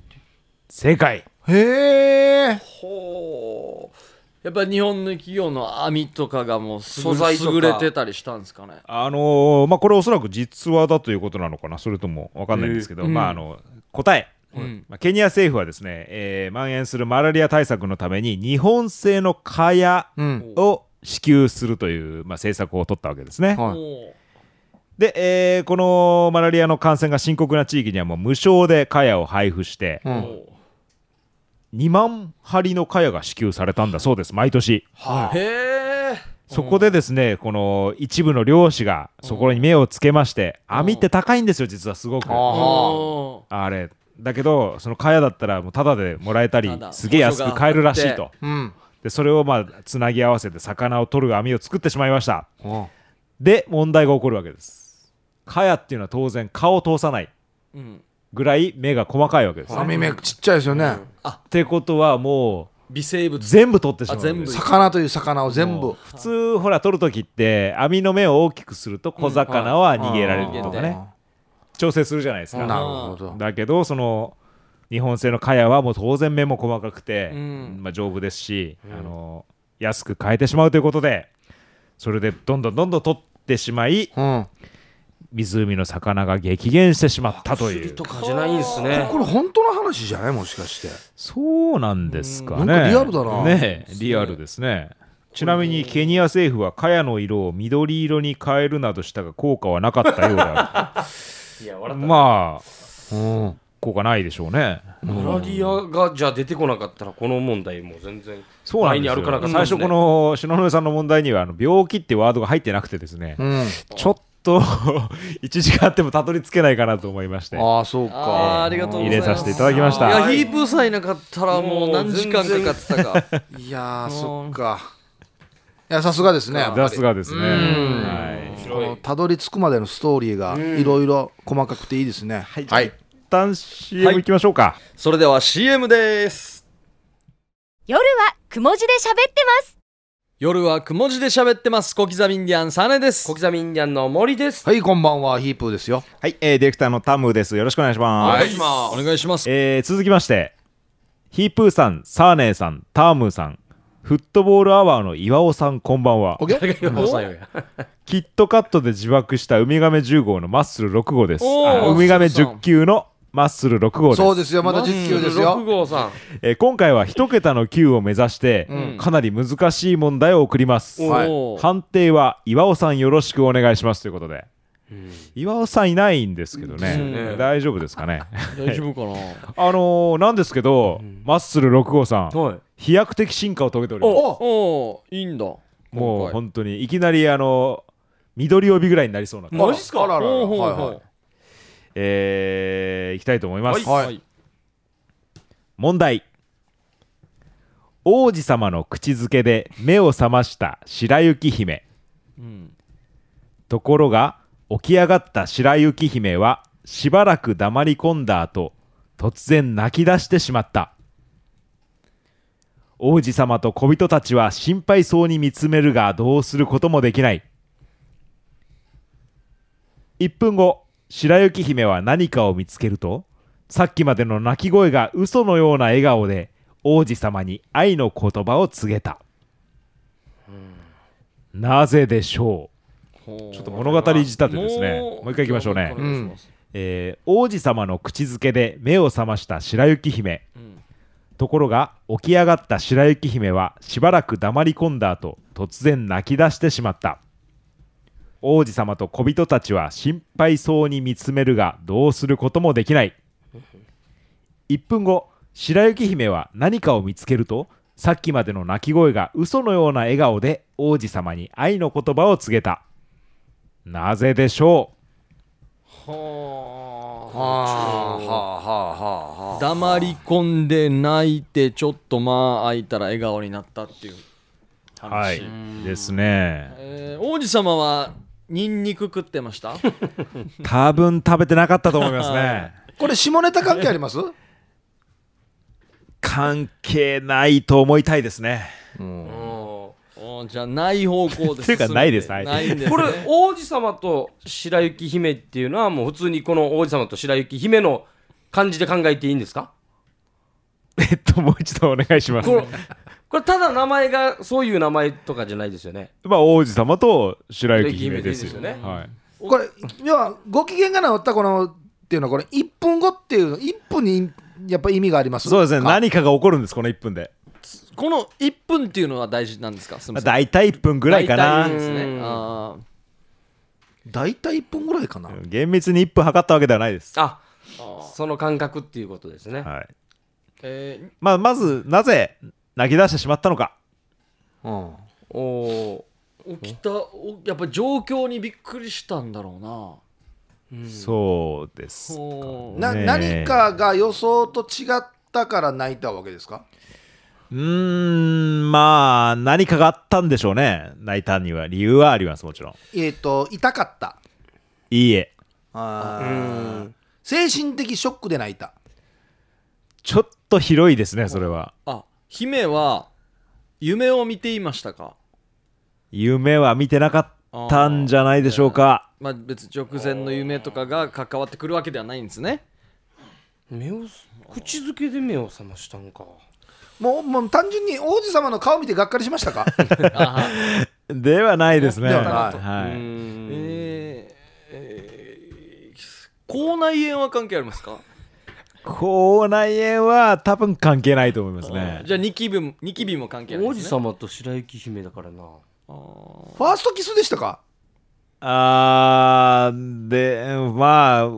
Speaker 5: 正解
Speaker 3: へえ
Speaker 1: ほうやっぱ日本の企業の網とかがもう素
Speaker 2: 素材とか
Speaker 1: 優れてたりしたんですかね
Speaker 5: あのーまあ、これおそらく実話だということなのかなそれともわかんないんですけど、
Speaker 1: うん
Speaker 5: まあ、あの答え、
Speaker 1: うん
Speaker 5: まあ、ケニア政府はですね、えー蔓延するマラリア対策のために日本製の蚊帳
Speaker 3: うん
Speaker 5: を支給するという、まあ、政策を取ったわけですね、
Speaker 3: はい
Speaker 1: お
Speaker 5: で、えーこのマラリアの感染が深刻な地域にはもう無償で蚊帳を配布して、
Speaker 3: う
Speaker 1: ー
Speaker 3: ん
Speaker 1: お
Speaker 5: 2万針の蚊帳が支給されたんだそうです毎年
Speaker 1: ーへえ
Speaker 5: そこでですねこの一部の漁師がそこに目をつけまして網って高いんですよ実はすごく
Speaker 3: あ
Speaker 1: お
Speaker 5: あれだけどその蚊帳だったらもうタダでもらえたり
Speaker 1: タダ
Speaker 5: すげえ安く買えるらしいと
Speaker 3: うん
Speaker 5: でそれをまあつなぎ合わせて魚を取る網を作ってしまいました
Speaker 3: うん
Speaker 5: で問題が起こるわけです蚊帳っていうのは当然蚊を通さない
Speaker 1: うん
Speaker 5: ぐらい目が細かいわけですっ
Speaker 3: 網目ちっちゃいですよね
Speaker 5: てことはも
Speaker 1: 微生
Speaker 5: う
Speaker 1: 物
Speaker 5: 全部取ってしまうわけ
Speaker 1: あ全
Speaker 5: で
Speaker 1: 部
Speaker 5: す
Speaker 3: 魚という魚を全部
Speaker 5: 普通ほら取る時って網の目を大きくすると小魚は逃げられるとかね調整するじゃないです
Speaker 3: なる
Speaker 5: か
Speaker 3: ほど
Speaker 5: だけどその日本製のカヤはもう当然目も細かくて、
Speaker 1: うん
Speaker 5: まあ、丈夫ですし、あの安く買えてしまうということでそれでどんどんどんどん取ってしまい
Speaker 3: うん
Speaker 5: 湖の魚が激減してしまったという
Speaker 2: とかじゃないんですね
Speaker 3: これ本当の話じゃないもしかして
Speaker 5: そうなんですかね
Speaker 3: なんかリアルだな
Speaker 5: ねえリアルですねちなみにケニア政府はカヤの色を緑色に変えるなどしたが効果はなかったようだ
Speaker 2: いや
Speaker 5: まあ
Speaker 3: うん
Speaker 5: こ効果ないでしょうね。
Speaker 2: マラリアがじゃあ出てこなかったらこの問題も全然
Speaker 5: そうなん
Speaker 2: 前
Speaker 5: です
Speaker 2: にあ
Speaker 5: よ
Speaker 2: るからか
Speaker 5: 最初この篠上さんの問題にはあの病気ってワードが入ってなくてですね、
Speaker 3: うん、
Speaker 5: ちょっと 一時間あってもたどり着けないかなと思いまして
Speaker 3: ああそう
Speaker 1: あー
Speaker 3: か
Speaker 1: ありがとうござい
Speaker 5: 入れ
Speaker 1: ます
Speaker 5: させていただきまし
Speaker 1: い
Speaker 5: た
Speaker 1: やヒープさえなかったらもう何時間かかってたか
Speaker 3: いやーそっかいやさすがですねやっぱり
Speaker 5: 雑がですね、はい、
Speaker 3: このたどり着くまでのストーリーがいろいろ細かくていいですね、はい、
Speaker 1: はい
Speaker 5: 一旦 CM 行きましょうか、
Speaker 1: それでは CM です
Speaker 4: 夜はくも字で喋ってます
Speaker 1: 夜はくも字で喋ってます小刻みインディアンサネです
Speaker 2: 小刻みインディアンの森です
Speaker 3: こんばんはヒープーですよ
Speaker 5: はい、えー、ディレクターのタムです。よろしくお願いします。
Speaker 1: いお願いします
Speaker 5: えー、続きまして、ヒープーさん、サーネーさん、タームーさん、フットボールアワーの岩尾さん、こんばんは。 キットカットで自爆したウミガメ10号のマッスル6号です。
Speaker 1: おー
Speaker 5: あウミガメ10級のマッスル6号です。
Speaker 3: そうですよまだ実況です
Speaker 2: 6
Speaker 3: よ
Speaker 2: 号さん
Speaker 5: えー今回は1桁の級を目指して、かなり難しい問題を送ります。
Speaker 3: はい
Speaker 1: おー
Speaker 5: 判定は岩尾さんよろしくお願いしますということで。岩尾さんいないんですけどね、
Speaker 2: ね
Speaker 5: 大丈夫ですかね。
Speaker 1: 大丈夫かな
Speaker 5: あのー、なんですけど、マッスル6号さん、
Speaker 2: はい
Speaker 5: 飛躍的進化を遂げておりま
Speaker 1: おおーいいんだ
Speaker 5: す。もう
Speaker 1: 今
Speaker 5: 本当にいきなりあのー緑帯ぐらいになりそうな、
Speaker 2: マジっすか
Speaker 3: あら
Speaker 1: 回
Speaker 3: らら
Speaker 1: おーほうほう
Speaker 3: はいはい
Speaker 5: えー、いきたいと思います。
Speaker 3: はい
Speaker 1: はい
Speaker 5: 問題王子様の口づけで目を覚ました白雪姫、ところが起き上がった白雪姫はしばらく黙り込んだ後突然泣き出してしまった王子様と小人たちは心配そうに見つめるがどうすることもできない1分後白雪姫は何かを見つけるとさっきまでの泣き声が嘘のような笑顔で王子様に愛の言葉を告げた、なぜでしょうちょっと物語仕立てですねもう一回いきましょうね、えー王子様の口づけで目を覚ました白雪姫、ところが起き上がった白雪姫はしばらく黙り込んだ後突然泣き出してしまった王子様と小人たちは心配そうに見つめるがどうすることもできない1分後白雪姫は何かを見つけるとさっきまでの泣き声が嘘のような笑顔で王子様に愛の言葉を告げたなぜでしょ
Speaker 3: はあはあはあはあはあ
Speaker 1: 黙り込んで泣いてちょっと間空いたら笑顔になったっていう
Speaker 5: う
Speaker 1: 話、
Speaker 5: はいですね
Speaker 1: えー王子様はニンニク食ってました
Speaker 5: 多分食べてなかったと思いますね
Speaker 3: これ下ネタ関係あります
Speaker 5: 関係ないと思いたいですね
Speaker 1: おーじゃあない方向で
Speaker 5: ってい
Speaker 1: 進
Speaker 5: うか
Speaker 1: んで
Speaker 5: ないですはい
Speaker 1: ないんですね
Speaker 2: これ王子様と白雪姫っていうのはもう普通にこの王子様と白雪姫の感じで考えていいんですか
Speaker 5: えっともう一度お願いします
Speaker 2: これこれただ名前がそういう名前とかじゃないですよね
Speaker 5: まあ王子様と白雪姫ですよ
Speaker 2: 白雪姫ですよね
Speaker 5: はい
Speaker 3: これ要はご機嫌が治ったこのっていうのはこれ1分後っていう1分にやっぱ意味があります
Speaker 5: そうですね
Speaker 3: か
Speaker 5: 何かが起こるんですこの1分で
Speaker 1: この1分っていうのは大事なんですかすみ
Speaker 5: まあ
Speaker 1: ません
Speaker 5: 大体1分ぐらいかな
Speaker 1: 大体です
Speaker 2: う
Speaker 1: ね
Speaker 2: ん
Speaker 1: あ
Speaker 3: 大体1分ぐらいかな、
Speaker 5: 厳密に1分測ったわけではないです、
Speaker 2: あその感覚っていうことですね、
Speaker 5: はい
Speaker 1: ー、え
Speaker 5: まあ、まずなぜ泣き出してしまったのか
Speaker 3: うん
Speaker 2: おお
Speaker 1: ー起きたおやっぱ状況にびっくりしたんだろうな
Speaker 5: そうです
Speaker 1: ほう
Speaker 3: な
Speaker 5: ねえ
Speaker 3: 何かが予想と違ったから泣いたわけですか
Speaker 5: うーんまあ何かがあったんでしょうね泣いたには理由はありますもちろん
Speaker 3: えっ、と痛かった
Speaker 5: いいえ
Speaker 3: あー精神的ショックで泣いた
Speaker 5: ちょっと広いですねそれは
Speaker 1: あ姫は夢を見ていましたか
Speaker 5: 夢は見てなかったんじゃないでしょうか
Speaker 1: まあ別に直前の夢とかが関わってくるわけではないんですね
Speaker 2: 目をす口づけで目を覚ましたんか
Speaker 3: もうもう単純に王子様の顔見てがっかりしま したか
Speaker 5: ではないですね
Speaker 3: ではなかっ
Speaker 5: はい
Speaker 1: えーえー口内炎は関係ありますか
Speaker 5: 口内炎は多分関係ないと思いますね
Speaker 1: じゃあニキビもニキビも関係ない
Speaker 2: 王
Speaker 1: で
Speaker 2: 子
Speaker 1: す、ね、
Speaker 2: 様と白雪姫だからな
Speaker 3: ファーストキスでしたか
Speaker 5: あーでまあ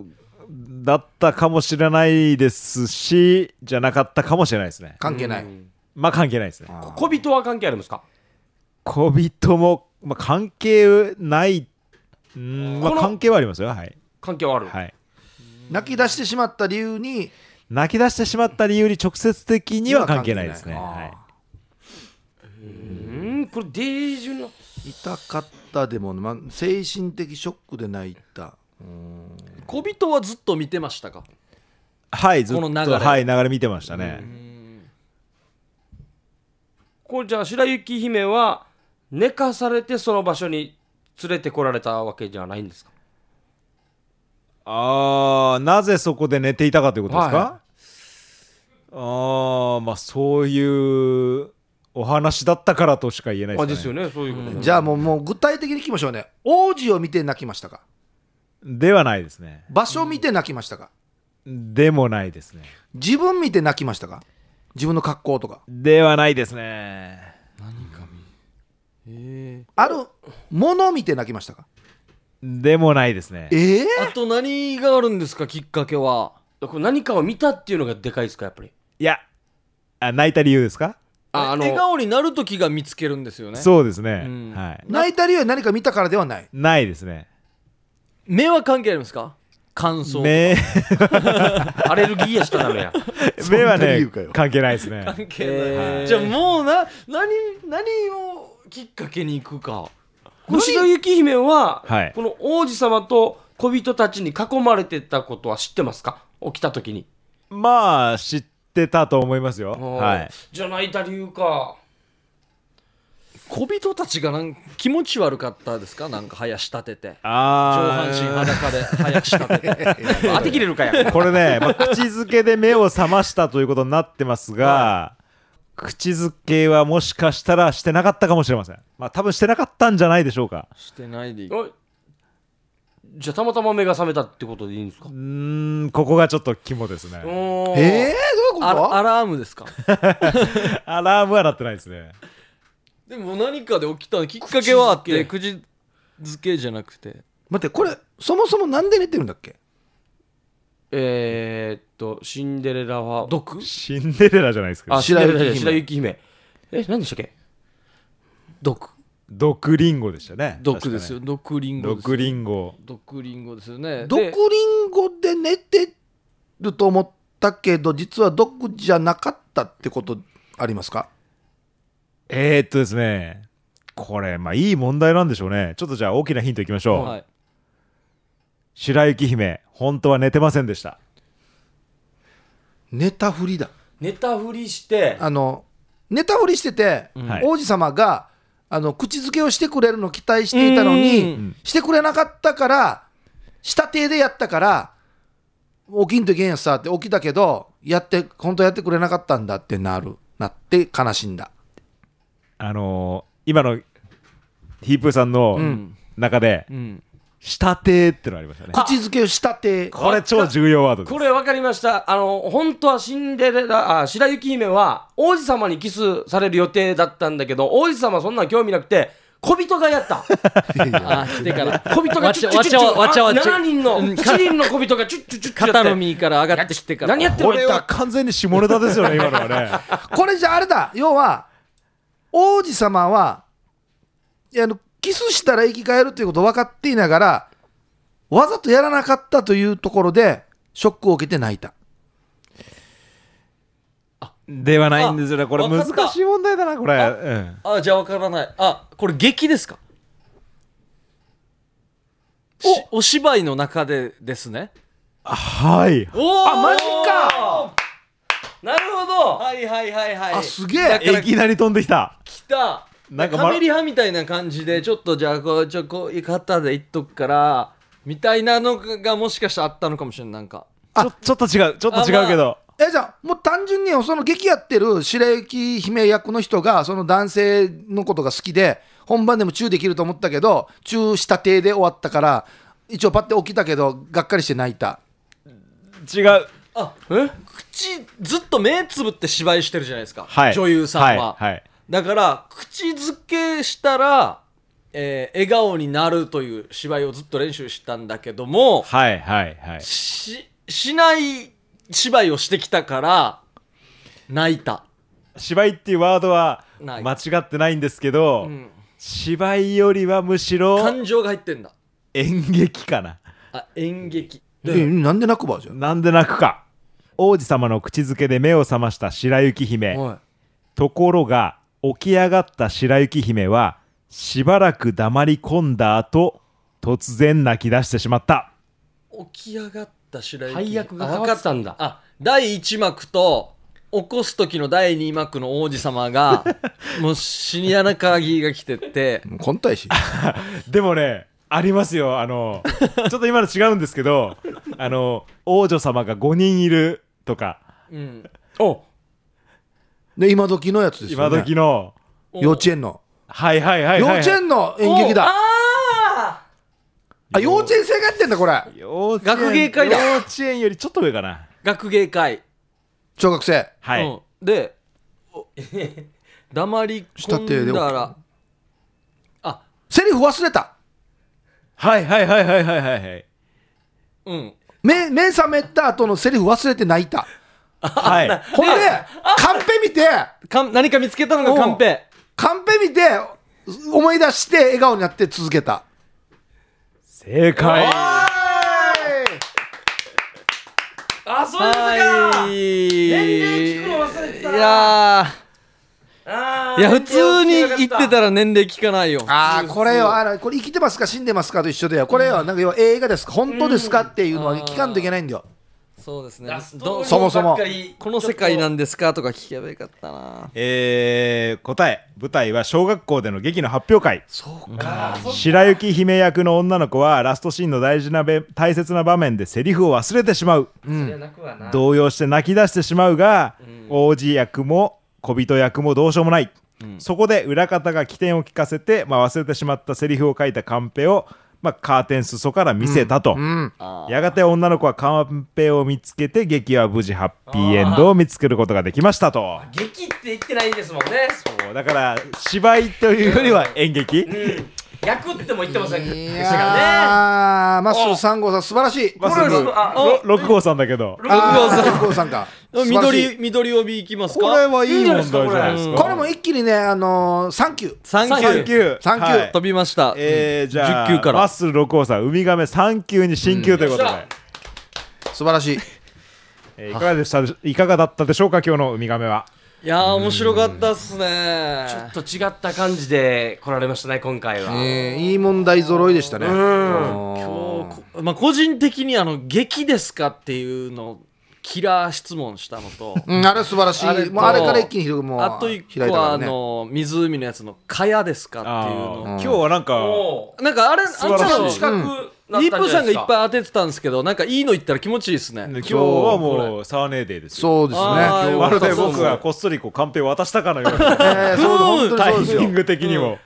Speaker 5: だっったかもしれないですしじゃなかったかもしれないですね
Speaker 3: 関係ない、
Speaker 2: うん
Speaker 5: まあ関係ないですね
Speaker 3: あー
Speaker 2: 小人は関係ありますか
Speaker 5: 小人も、まあ、関係ないうん、まあ、
Speaker 2: この
Speaker 5: 関係はありますよはい、
Speaker 2: 関係はある、
Speaker 5: はい、
Speaker 3: 泣き出してしまった理由に
Speaker 5: 泣き出してしまった理由に直接的には関係ないですね
Speaker 3: あー
Speaker 5: はい
Speaker 2: うんこれデージュの
Speaker 3: 痛かったでも、まあ、精神的ショックで泣いた
Speaker 1: 小人はずっと見てましたか
Speaker 5: はい、ずっと
Speaker 1: この流れ
Speaker 5: はい、流れ見てましたね。
Speaker 2: これじゃあ白雪姫は寝かされてその場所に連れてこられたわけじゃないんですか
Speaker 5: ああ、なぜそこで寝ていたかということですか、
Speaker 2: は
Speaker 5: ああ、まあそういうお話だったからとしか言えないです
Speaker 2: あ
Speaker 5: ね。
Speaker 2: ですよねそういうこと、
Speaker 3: じゃあもうもう具体的に聞きましょうね王子を見て泣きましたか
Speaker 5: ではないですね。
Speaker 3: 場所を見て泣きましたか、
Speaker 5: でもないですね。
Speaker 3: 自分見て泣きましたか自分の格好とか
Speaker 5: ではないですね。
Speaker 3: あるものを見て泣きましたか
Speaker 5: でもないですね。
Speaker 3: ええ
Speaker 1: あと何があるんですかきっかけは
Speaker 2: これ何かを見たっていうのがでかいですかやっぱり
Speaker 5: いや、あ泣いた理由ですか
Speaker 2: ああの
Speaker 1: 笑顔になる時が見つけるんですよね
Speaker 5: そうですね、
Speaker 1: うん
Speaker 5: はい。
Speaker 3: 泣いた理由は何か見たからではない
Speaker 5: ないですね。
Speaker 1: 目は関係ありますか感想
Speaker 5: 目
Speaker 2: アレルギーやしちゃ ダメや
Speaker 5: 目
Speaker 3: そ
Speaker 5: は
Speaker 3: んな理
Speaker 5: ね
Speaker 3: 由かよ、
Speaker 5: 関係ないですね。
Speaker 1: 関係ない、
Speaker 2: えー
Speaker 1: じゃあもうな何何をきっかけに行くか
Speaker 2: この白雪姫は、
Speaker 5: はい
Speaker 2: この王子様と小人たちに囲まれてたことは知ってますか起きた時に
Speaker 5: まあ知ってたと思いますよ。はい。
Speaker 2: じゃあ泣いた理由か
Speaker 1: 小人たちがなん気持ち悪かったですかなんか林立てて上
Speaker 5: あ
Speaker 1: 半
Speaker 5: ー
Speaker 1: 身裸で林立 てて
Speaker 2: 当てきれるかや
Speaker 5: これね、 まあ、口づけで目を覚ましたということになってますが、口づけはもしかしたらしてなかったかもしれません。まあ多分してなかったんじゃないでしょうか。
Speaker 1: してないでいい
Speaker 2: おいじゃあたまたま目が覚めたってことでいいんですか
Speaker 5: うーん、ここがちょっと肝ですね。
Speaker 2: おー
Speaker 3: ええどういうこ
Speaker 1: アラ
Speaker 3: と
Speaker 1: アラームですか
Speaker 5: アラームは鳴ってないですね。
Speaker 1: でも何かで起きたきっかけはあって
Speaker 2: 口
Speaker 1: 口づけじゃなくて
Speaker 3: 待ってこれそもそもなんで寝てるんだっけ
Speaker 2: えー、っとシンデレラは
Speaker 1: 毒
Speaker 5: シンデレラじゃないですか
Speaker 2: あ。
Speaker 3: 白
Speaker 2: 白
Speaker 3: 雪
Speaker 2: 雪姫
Speaker 3: 姫
Speaker 2: 白雪姫え何でしたっけ
Speaker 1: 毒
Speaker 5: 毒リンゴでしたね。
Speaker 1: 毒ですよ
Speaker 5: 確
Speaker 1: 毒リン
Speaker 5: かね。
Speaker 1: ゴです
Speaker 5: 毒
Speaker 1: よ
Speaker 5: リンゴ。
Speaker 1: 毒リンゴですよね
Speaker 3: 毒リ
Speaker 1: で
Speaker 3: ンゴで寝てると思ったけど実は毒じゃなかったってことありますか
Speaker 5: えー、っとですね。これ、まあいい問題なんでしょうね。ちょっとじゃあ大きなヒントいきましょう。
Speaker 1: はい
Speaker 5: 白雪姫、本当は寝てませんでした。
Speaker 3: 寝たふりだ
Speaker 2: 寝たふりして
Speaker 3: あの寝たふりしてて、
Speaker 5: はい
Speaker 3: 王子様があの口づけをしてくれるのを期待していたのに、
Speaker 1: うん
Speaker 3: してくれなかったから下手でやったから起きんといけんやつさって起きたけどやって本当やってくれなかったんだってなるなって悲しんだ
Speaker 5: あのー今のヒープーさんの中で、
Speaker 1: うん
Speaker 5: 下手ってのありましたね。
Speaker 3: 口づけをしたて
Speaker 5: これ超重要ワードです。
Speaker 2: これ分かりましたあの本当はシンデレラあ白雪姫は王子様にキスされる予定だったんだけど王子様そんなん興味なくて小人がやった
Speaker 1: あ来て から
Speaker 2: 小人が
Speaker 1: わ
Speaker 2: チ
Speaker 1: ち
Speaker 2: ュ
Speaker 1: ゃわ
Speaker 2: ッチュッチ
Speaker 1: ち
Speaker 2: ュ
Speaker 1: ゃ
Speaker 2: ッ
Speaker 1: わちゃわちゃ
Speaker 2: 7人の
Speaker 1: うん
Speaker 2: 7人の小人がチュッチュッチュッチュッ
Speaker 1: カ
Speaker 2: やっ
Speaker 1: タ
Speaker 2: て
Speaker 1: ロミーから上がってきてから
Speaker 2: 何やってんの
Speaker 5: これは完全に下ネタ ですよね、今のはね。
Speaker 3: これじゃあれだ要は王子様はいやあのキスしたら生き返るということを分かっていながらわざとやらなかったというところでショックを受けて泣いた
Speaker 5: ではないんですよね。これ
Speaker 1: わか
Speaker 5: 難
Speaker 1: った
Speaker 5: しい問題だな、これ。
Speaker 1: あ
Speaker 5: うん
Speaker 1: あじゃあわからないあこれ劇ですかおお芝居の中でですね
Speaker 5: はい。
Speaker 1: お
Speaker 3: あマジか
Speaker 2: なるほど
Speaker 1: はいはいはいはい
Speaker 3: あすげ
Speaker 1: だ
Speaker 3: え
Speaker 1: か
Speaker 5: い
Speaker 1: ら
Speaker 5: きなり飛んできた。
Speaker 1: 来た
Speaker 5: なんかま
Speaker 1: カメリ派みたいな感じでちょっとじゃあこうちょこういう方で言っとくからみたいなのがもしかしたらあったのかもしれないなんか
Speaker 5: ちょちょっと違う、ちょっと違うけど。
Speaker 3: えじゃあもう単純にその劇やってる白雪姫役の人がその男性のことが好きで本番でもチューできると思ったけどチューしたてで終わったから一応パッて起きたけどがっかりして泣いた
Speaker 5: 違う。
Speaker 1: あ
Speaker 2: え
Speaker 1: 口ずっと目つぶって芝居してるじゃないですか、
Speaker 5: はい。
Speaker 1: 女優さんは、
Speaker 5: はい。はい
Speaker 1: だから口づけしたら、えー笑顔になるという芝居をずっと練習したんだけども、
Speaker 5: はいはいはい。
Speaker 1: ししない芝居をしてきたから泣いた、
Speaker 5: 芝居っていうワードは
Speaker 1: ない
Speaker 5: 間違ってないんですけど、
Speaker 1: うん
Speaker 5: 芝居よりはむしろ
Speaker 1: 感情が入ってんだ
Speaker 5: 演劇かな
Speaker 1: あ演劇
Speaker 3: えなんで泣くばじゃん
Speaker 5: なんで泣くか王子様の口づけで目を覚ました白雪姫、
Speaker 1: は
Speaker 5: ところが起き上がった白雪姫はしばらく黙り込んだ後突然泣き出してしまった
Speaker 1: い、起き上がった白雪
Speaker 2: 配役が
Speaker 1: あ
Speaker 2: 変
Speaker 1: わ
Speaker 2: わ
Speaker 1: か
Speaker 2: ってたんだ
Speaker 1: あ第1幕と起こす時の第2幕の王子様 がもうシニアな鍵が来てって
Speaker 3: もうこんたい し
Speaker 5: でもねありますよあ のちょっと今の違うんですけどあの王女様が5人いるとか
Speaker 1: うん
Speaker 2: お
Speaker 3: で今時のやつですよ
Speaker 5: 今
Speaker 3: ね
Speaker 5: 時の
Speaker 3: 幼稚園の
Speaker 5: はいはいはいはい、
Speaker 3: 幼
Speaker 5: はい、
Speaker 3: 稚園の演劇だ
Speaker 2: あ
Speaker 3: あ幼稚園生がやってんだこれ
Speaker 5: 幼稚園
Speaker 1: 学芸会だ
Speaker 5: 幼稚園よりちょっと上かな
Speaker 1: 学芸会、
Speaker 3: 小学生
Speaker 5: はい、
Speaker 1: うん、でお黙り
Speaker 3: 下手
Speaker 1: 込
Speaker 3: で
Speaker 1: んだらあ
Speaker 3: セリフ忘れた
Speaker 5: はいはいはいはいはいはいはい
Speaker 1: うん
Speaker 3: 目目覚めた後のセリフ忘れて泣いた
Speaker 5: はいはい
Speaker 3: ほんでカンペ見て
Speaker 1: かん何か見つけたのがカンペ
Speaker 3: カンペ見て思い出して笑顔になって続けた
Speaker 5: 正解
Speaker 2: ーあそう
Speaker 1: は
Speaker 2: いう
Speaker 1: い
Speaker 2: 年齢聞くの忘れてた
Speaker 1: いや
Speaker 2: や
Speaker 1: ーいや普通に言ってたら年齢聞かないよ
Speaker 3: ああこれよあのこれ生きてますか死んでますかと一緒だよこれよなんか要は映画ですか本当ですかっていうのは聞かんといけないんだよ
Speaker 1: そうですね
Speaker 2: ラスト
Speaker 3: そもそも
Speaker 1: この世界なんですかとか聞けばよかったな
Speaker 5: えー、答え舞台は小学校での劇の発表会
Speaker 1: そう
Speaker 5: 白雪姫役の女の子はラストシーンの大事なべ大切な場面でセリフを忘れてしまう
Speaker 2: ど
Speaker 5: 動揺して泣き出してしまうが、王子役も小人役もどうしようもない、そこで裏方が起点を聞かせて、まあ、忘れてしまったセリフを書いたカンペを、まあ、カーテン裾から見せたと、
Speaker 3: うん
Speaker 5: やがて女の子はカンペを見つけて劇は無事ハッピーエンドを見つけることができましたと
Speaker 2: 劇って言ってないですもんね
Speaker 5: そうだから芝居というよりは演劇、
Speaker 2: 役っても言ってません
Speaker 3: い
Speaker 2: でしたからね
Speaker 3: やーマッスル3号さん素晴らしい
Speaker 5: まあ
Speaker 2: これ
Speaker 5: その
Speaker 2: あ
Speaker 5: ろ六号さんだけど
Speaker 3: あー六号さんか素晴らし
Speaker 1: 緑
Speaker 3: い
Speaker 1: 緑帯いきますか
Speaker 5: これはいい問題じ
Speaker 2: いいんじゃ
Speaker 5: ゃな
Speaker 2: ないい
Speaker 5: で
Speaker 2: ですす
Speaker 5: か。
Speaker 3: これも一気にねあのーサンキュー
Speaker 1: サンキュー
Speaker 5: 三級
Speaker 3: サンキュー
Speaker 5: はい
Speaker 1: 飛びました、
Speaker 5: えー、じゃあ
Speaker 1: 10級から
Speaker 5: マッスル六号さんウミガメ3級に進級ということで、
Speaker 2: よっしゃ
Speaker 3: 素晴らしい
Speaker 5: えーいかがでしたいかがだったでしょうか今日のウミガメはい
Speaker 1: やー面白かったっすね
Speaker 2: ちょっと違った感じで来られましたね今回は、
Speaker 3: えーいい問題揃いでしたね
Speaker 1: 今日
Speaker 3: 今
Speaker 1: こまあ、個人的にあの劇ですかっていうのをキラー質問したの と
Speaker 3: うん、あれ素晴らし
Speaker 1: あれ
Speaker 3: い。
Speaker 1: と
Speaker 3: もうあれから一気に広くもう
Speaker 1: あと一個
Speaker 3: 開いた
Speaker 1: は
Speaker 3: か
Speaker 1: あ
Speaker 3: らね。
Speaker 1: の湖のやつの「蚊帳ですか?」っていう
Speaker 5: あー
Speaker 1: の
Speaker 5: 今日はなんか
Speaker 2: もう
Speaker 1: なんかあれあん
Speaker 5: 素晴らしい
Speaker 1: たの
Speaker 2: 近くな
Speaker 1: リ
Speaker 2: っ
Speaker 1: ー
Speaker 2: たん
Speaker 1: プ
Speaker 2: じゃ
Speaker 1: さ
Speaker 2: な
Speaker 1: がい
Speaker 2: んいです
Speaker 1: っ
Speaker 2: か
Speaker 1: ぱい当ててたんですけどなんかいいの言ったら気持ちいいですね
Speaker 5: 今日はもうサーネーデーです
Speaker 3: そ
Speaker 5: よ
Speaker 3: うですね。
Speaker 1: あー
Speaker 5: まる
Speaker 1: そ
Speaker 5: で
Speaker 1: うそう
Speaker 5: 僕がこっそりこうカンペを渡したかのような
Speaker 3: えーそう本当に
Speaker 5: タ
Speaker 3: そうです
Speaker 5: イミン
Speaker 3: よ。
Speaker 5: グ的にも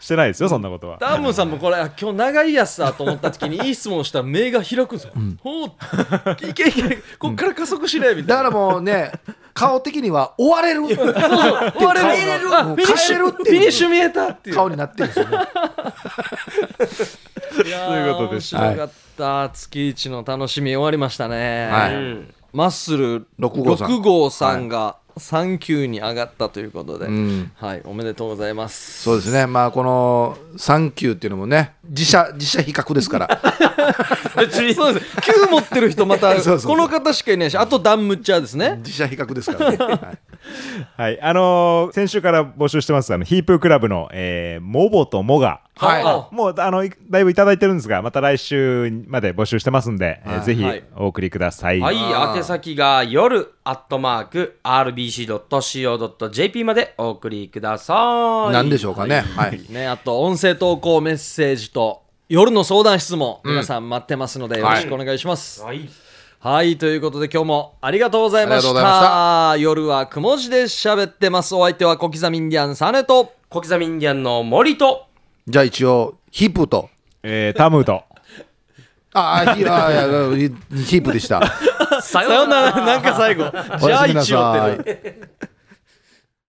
Speaker 5: してないですよそんなことは
Speaker 1: ダムさんもこれあ今日長いやつだと思った時にいい質問したら目が開く ぞ、ほういけいけこっから加速しねみ
Speaker 3: だ
Speaker 1: たいな
Speaker 3: からもうね、顔的には追わ れる
Speaker 1: 終われる
Speaker 3: 帰れる
Speaker 1: あフィニッシュ
Speaker 3: 帰れるっていう
Speaker 1: フィニッシュ見えたっていう
Speaker 3: 顔になってるんですよね。
Speaker 1: い
Speaker 5: と
Speaker 1: や
Speaker 5: いう
Speaker 1: ー
Speaker 5: ことで
Speaker 1: 面
Speaker 5: した
Speaker 1: 白かった、月一の楽しみ終わりましたね、
Speaker 3: はい
Speaker 2: うん
Speaker 1: マッスル
Speaker 3: 六号さん
Speaker 1: 六号さんが3級に上がったということで、
Speaker 3: ん
Speaker 1: はいおめでとうございます
Speaker 3: そうですね。まあこの三級っていうのもね、自社自社比較です から。
Speaker 1: 別にそうです9持ってる人また
Speaker 3: そうそうそう
Speaker 1: この方しかいないしあとダンムッチャーですね
Speaker 3: 自社比較ですからね。はい
Speaker 5: はいあのー先週から募集してますあのヒープークラブの、えーモボとモガ
Speaker 3: はい
Speaker 1: あ
Speaker 5: もうあのいだいぶいただいてるんですがまた来週まで募集してますんで、えー
Speaker 3: はい
Speaker 5: ぜひ
Speaker 1: はい
Speaker 5: お送りください、
Speaker 2: はい、宛先が夜アットマーク RBC.CO.JP までお送りください。
Speaker 3: なんでしょうかね。はい。
Speaker 1: ねあと音声投稿メッセージと夜の相談質問、皆さん待ってますのでよろしくお願いします、
Speaker 2: はい、
Speaker 1: はい、ということで今日もありがとうございま
Speaker 3: ありがと
Speaker 1: し
Speaker 3: うございま
Speaker 1: た。夜はくも字で喋ってます。お相手は小刻みインディアンサネと。
Speaker 2: 小刻みインディアンの森と、
Speaker 3: じゃあ一応ヒープと。
Speaker 5: えータムーと
Speaker 3: ああ、ヒあー いやヒープでした。
Speaker 1: さ
Speaker 2: さ
Speaker 1: ようなら、なんか最後。じゃあ一応ってなる。
Speaker 3: い。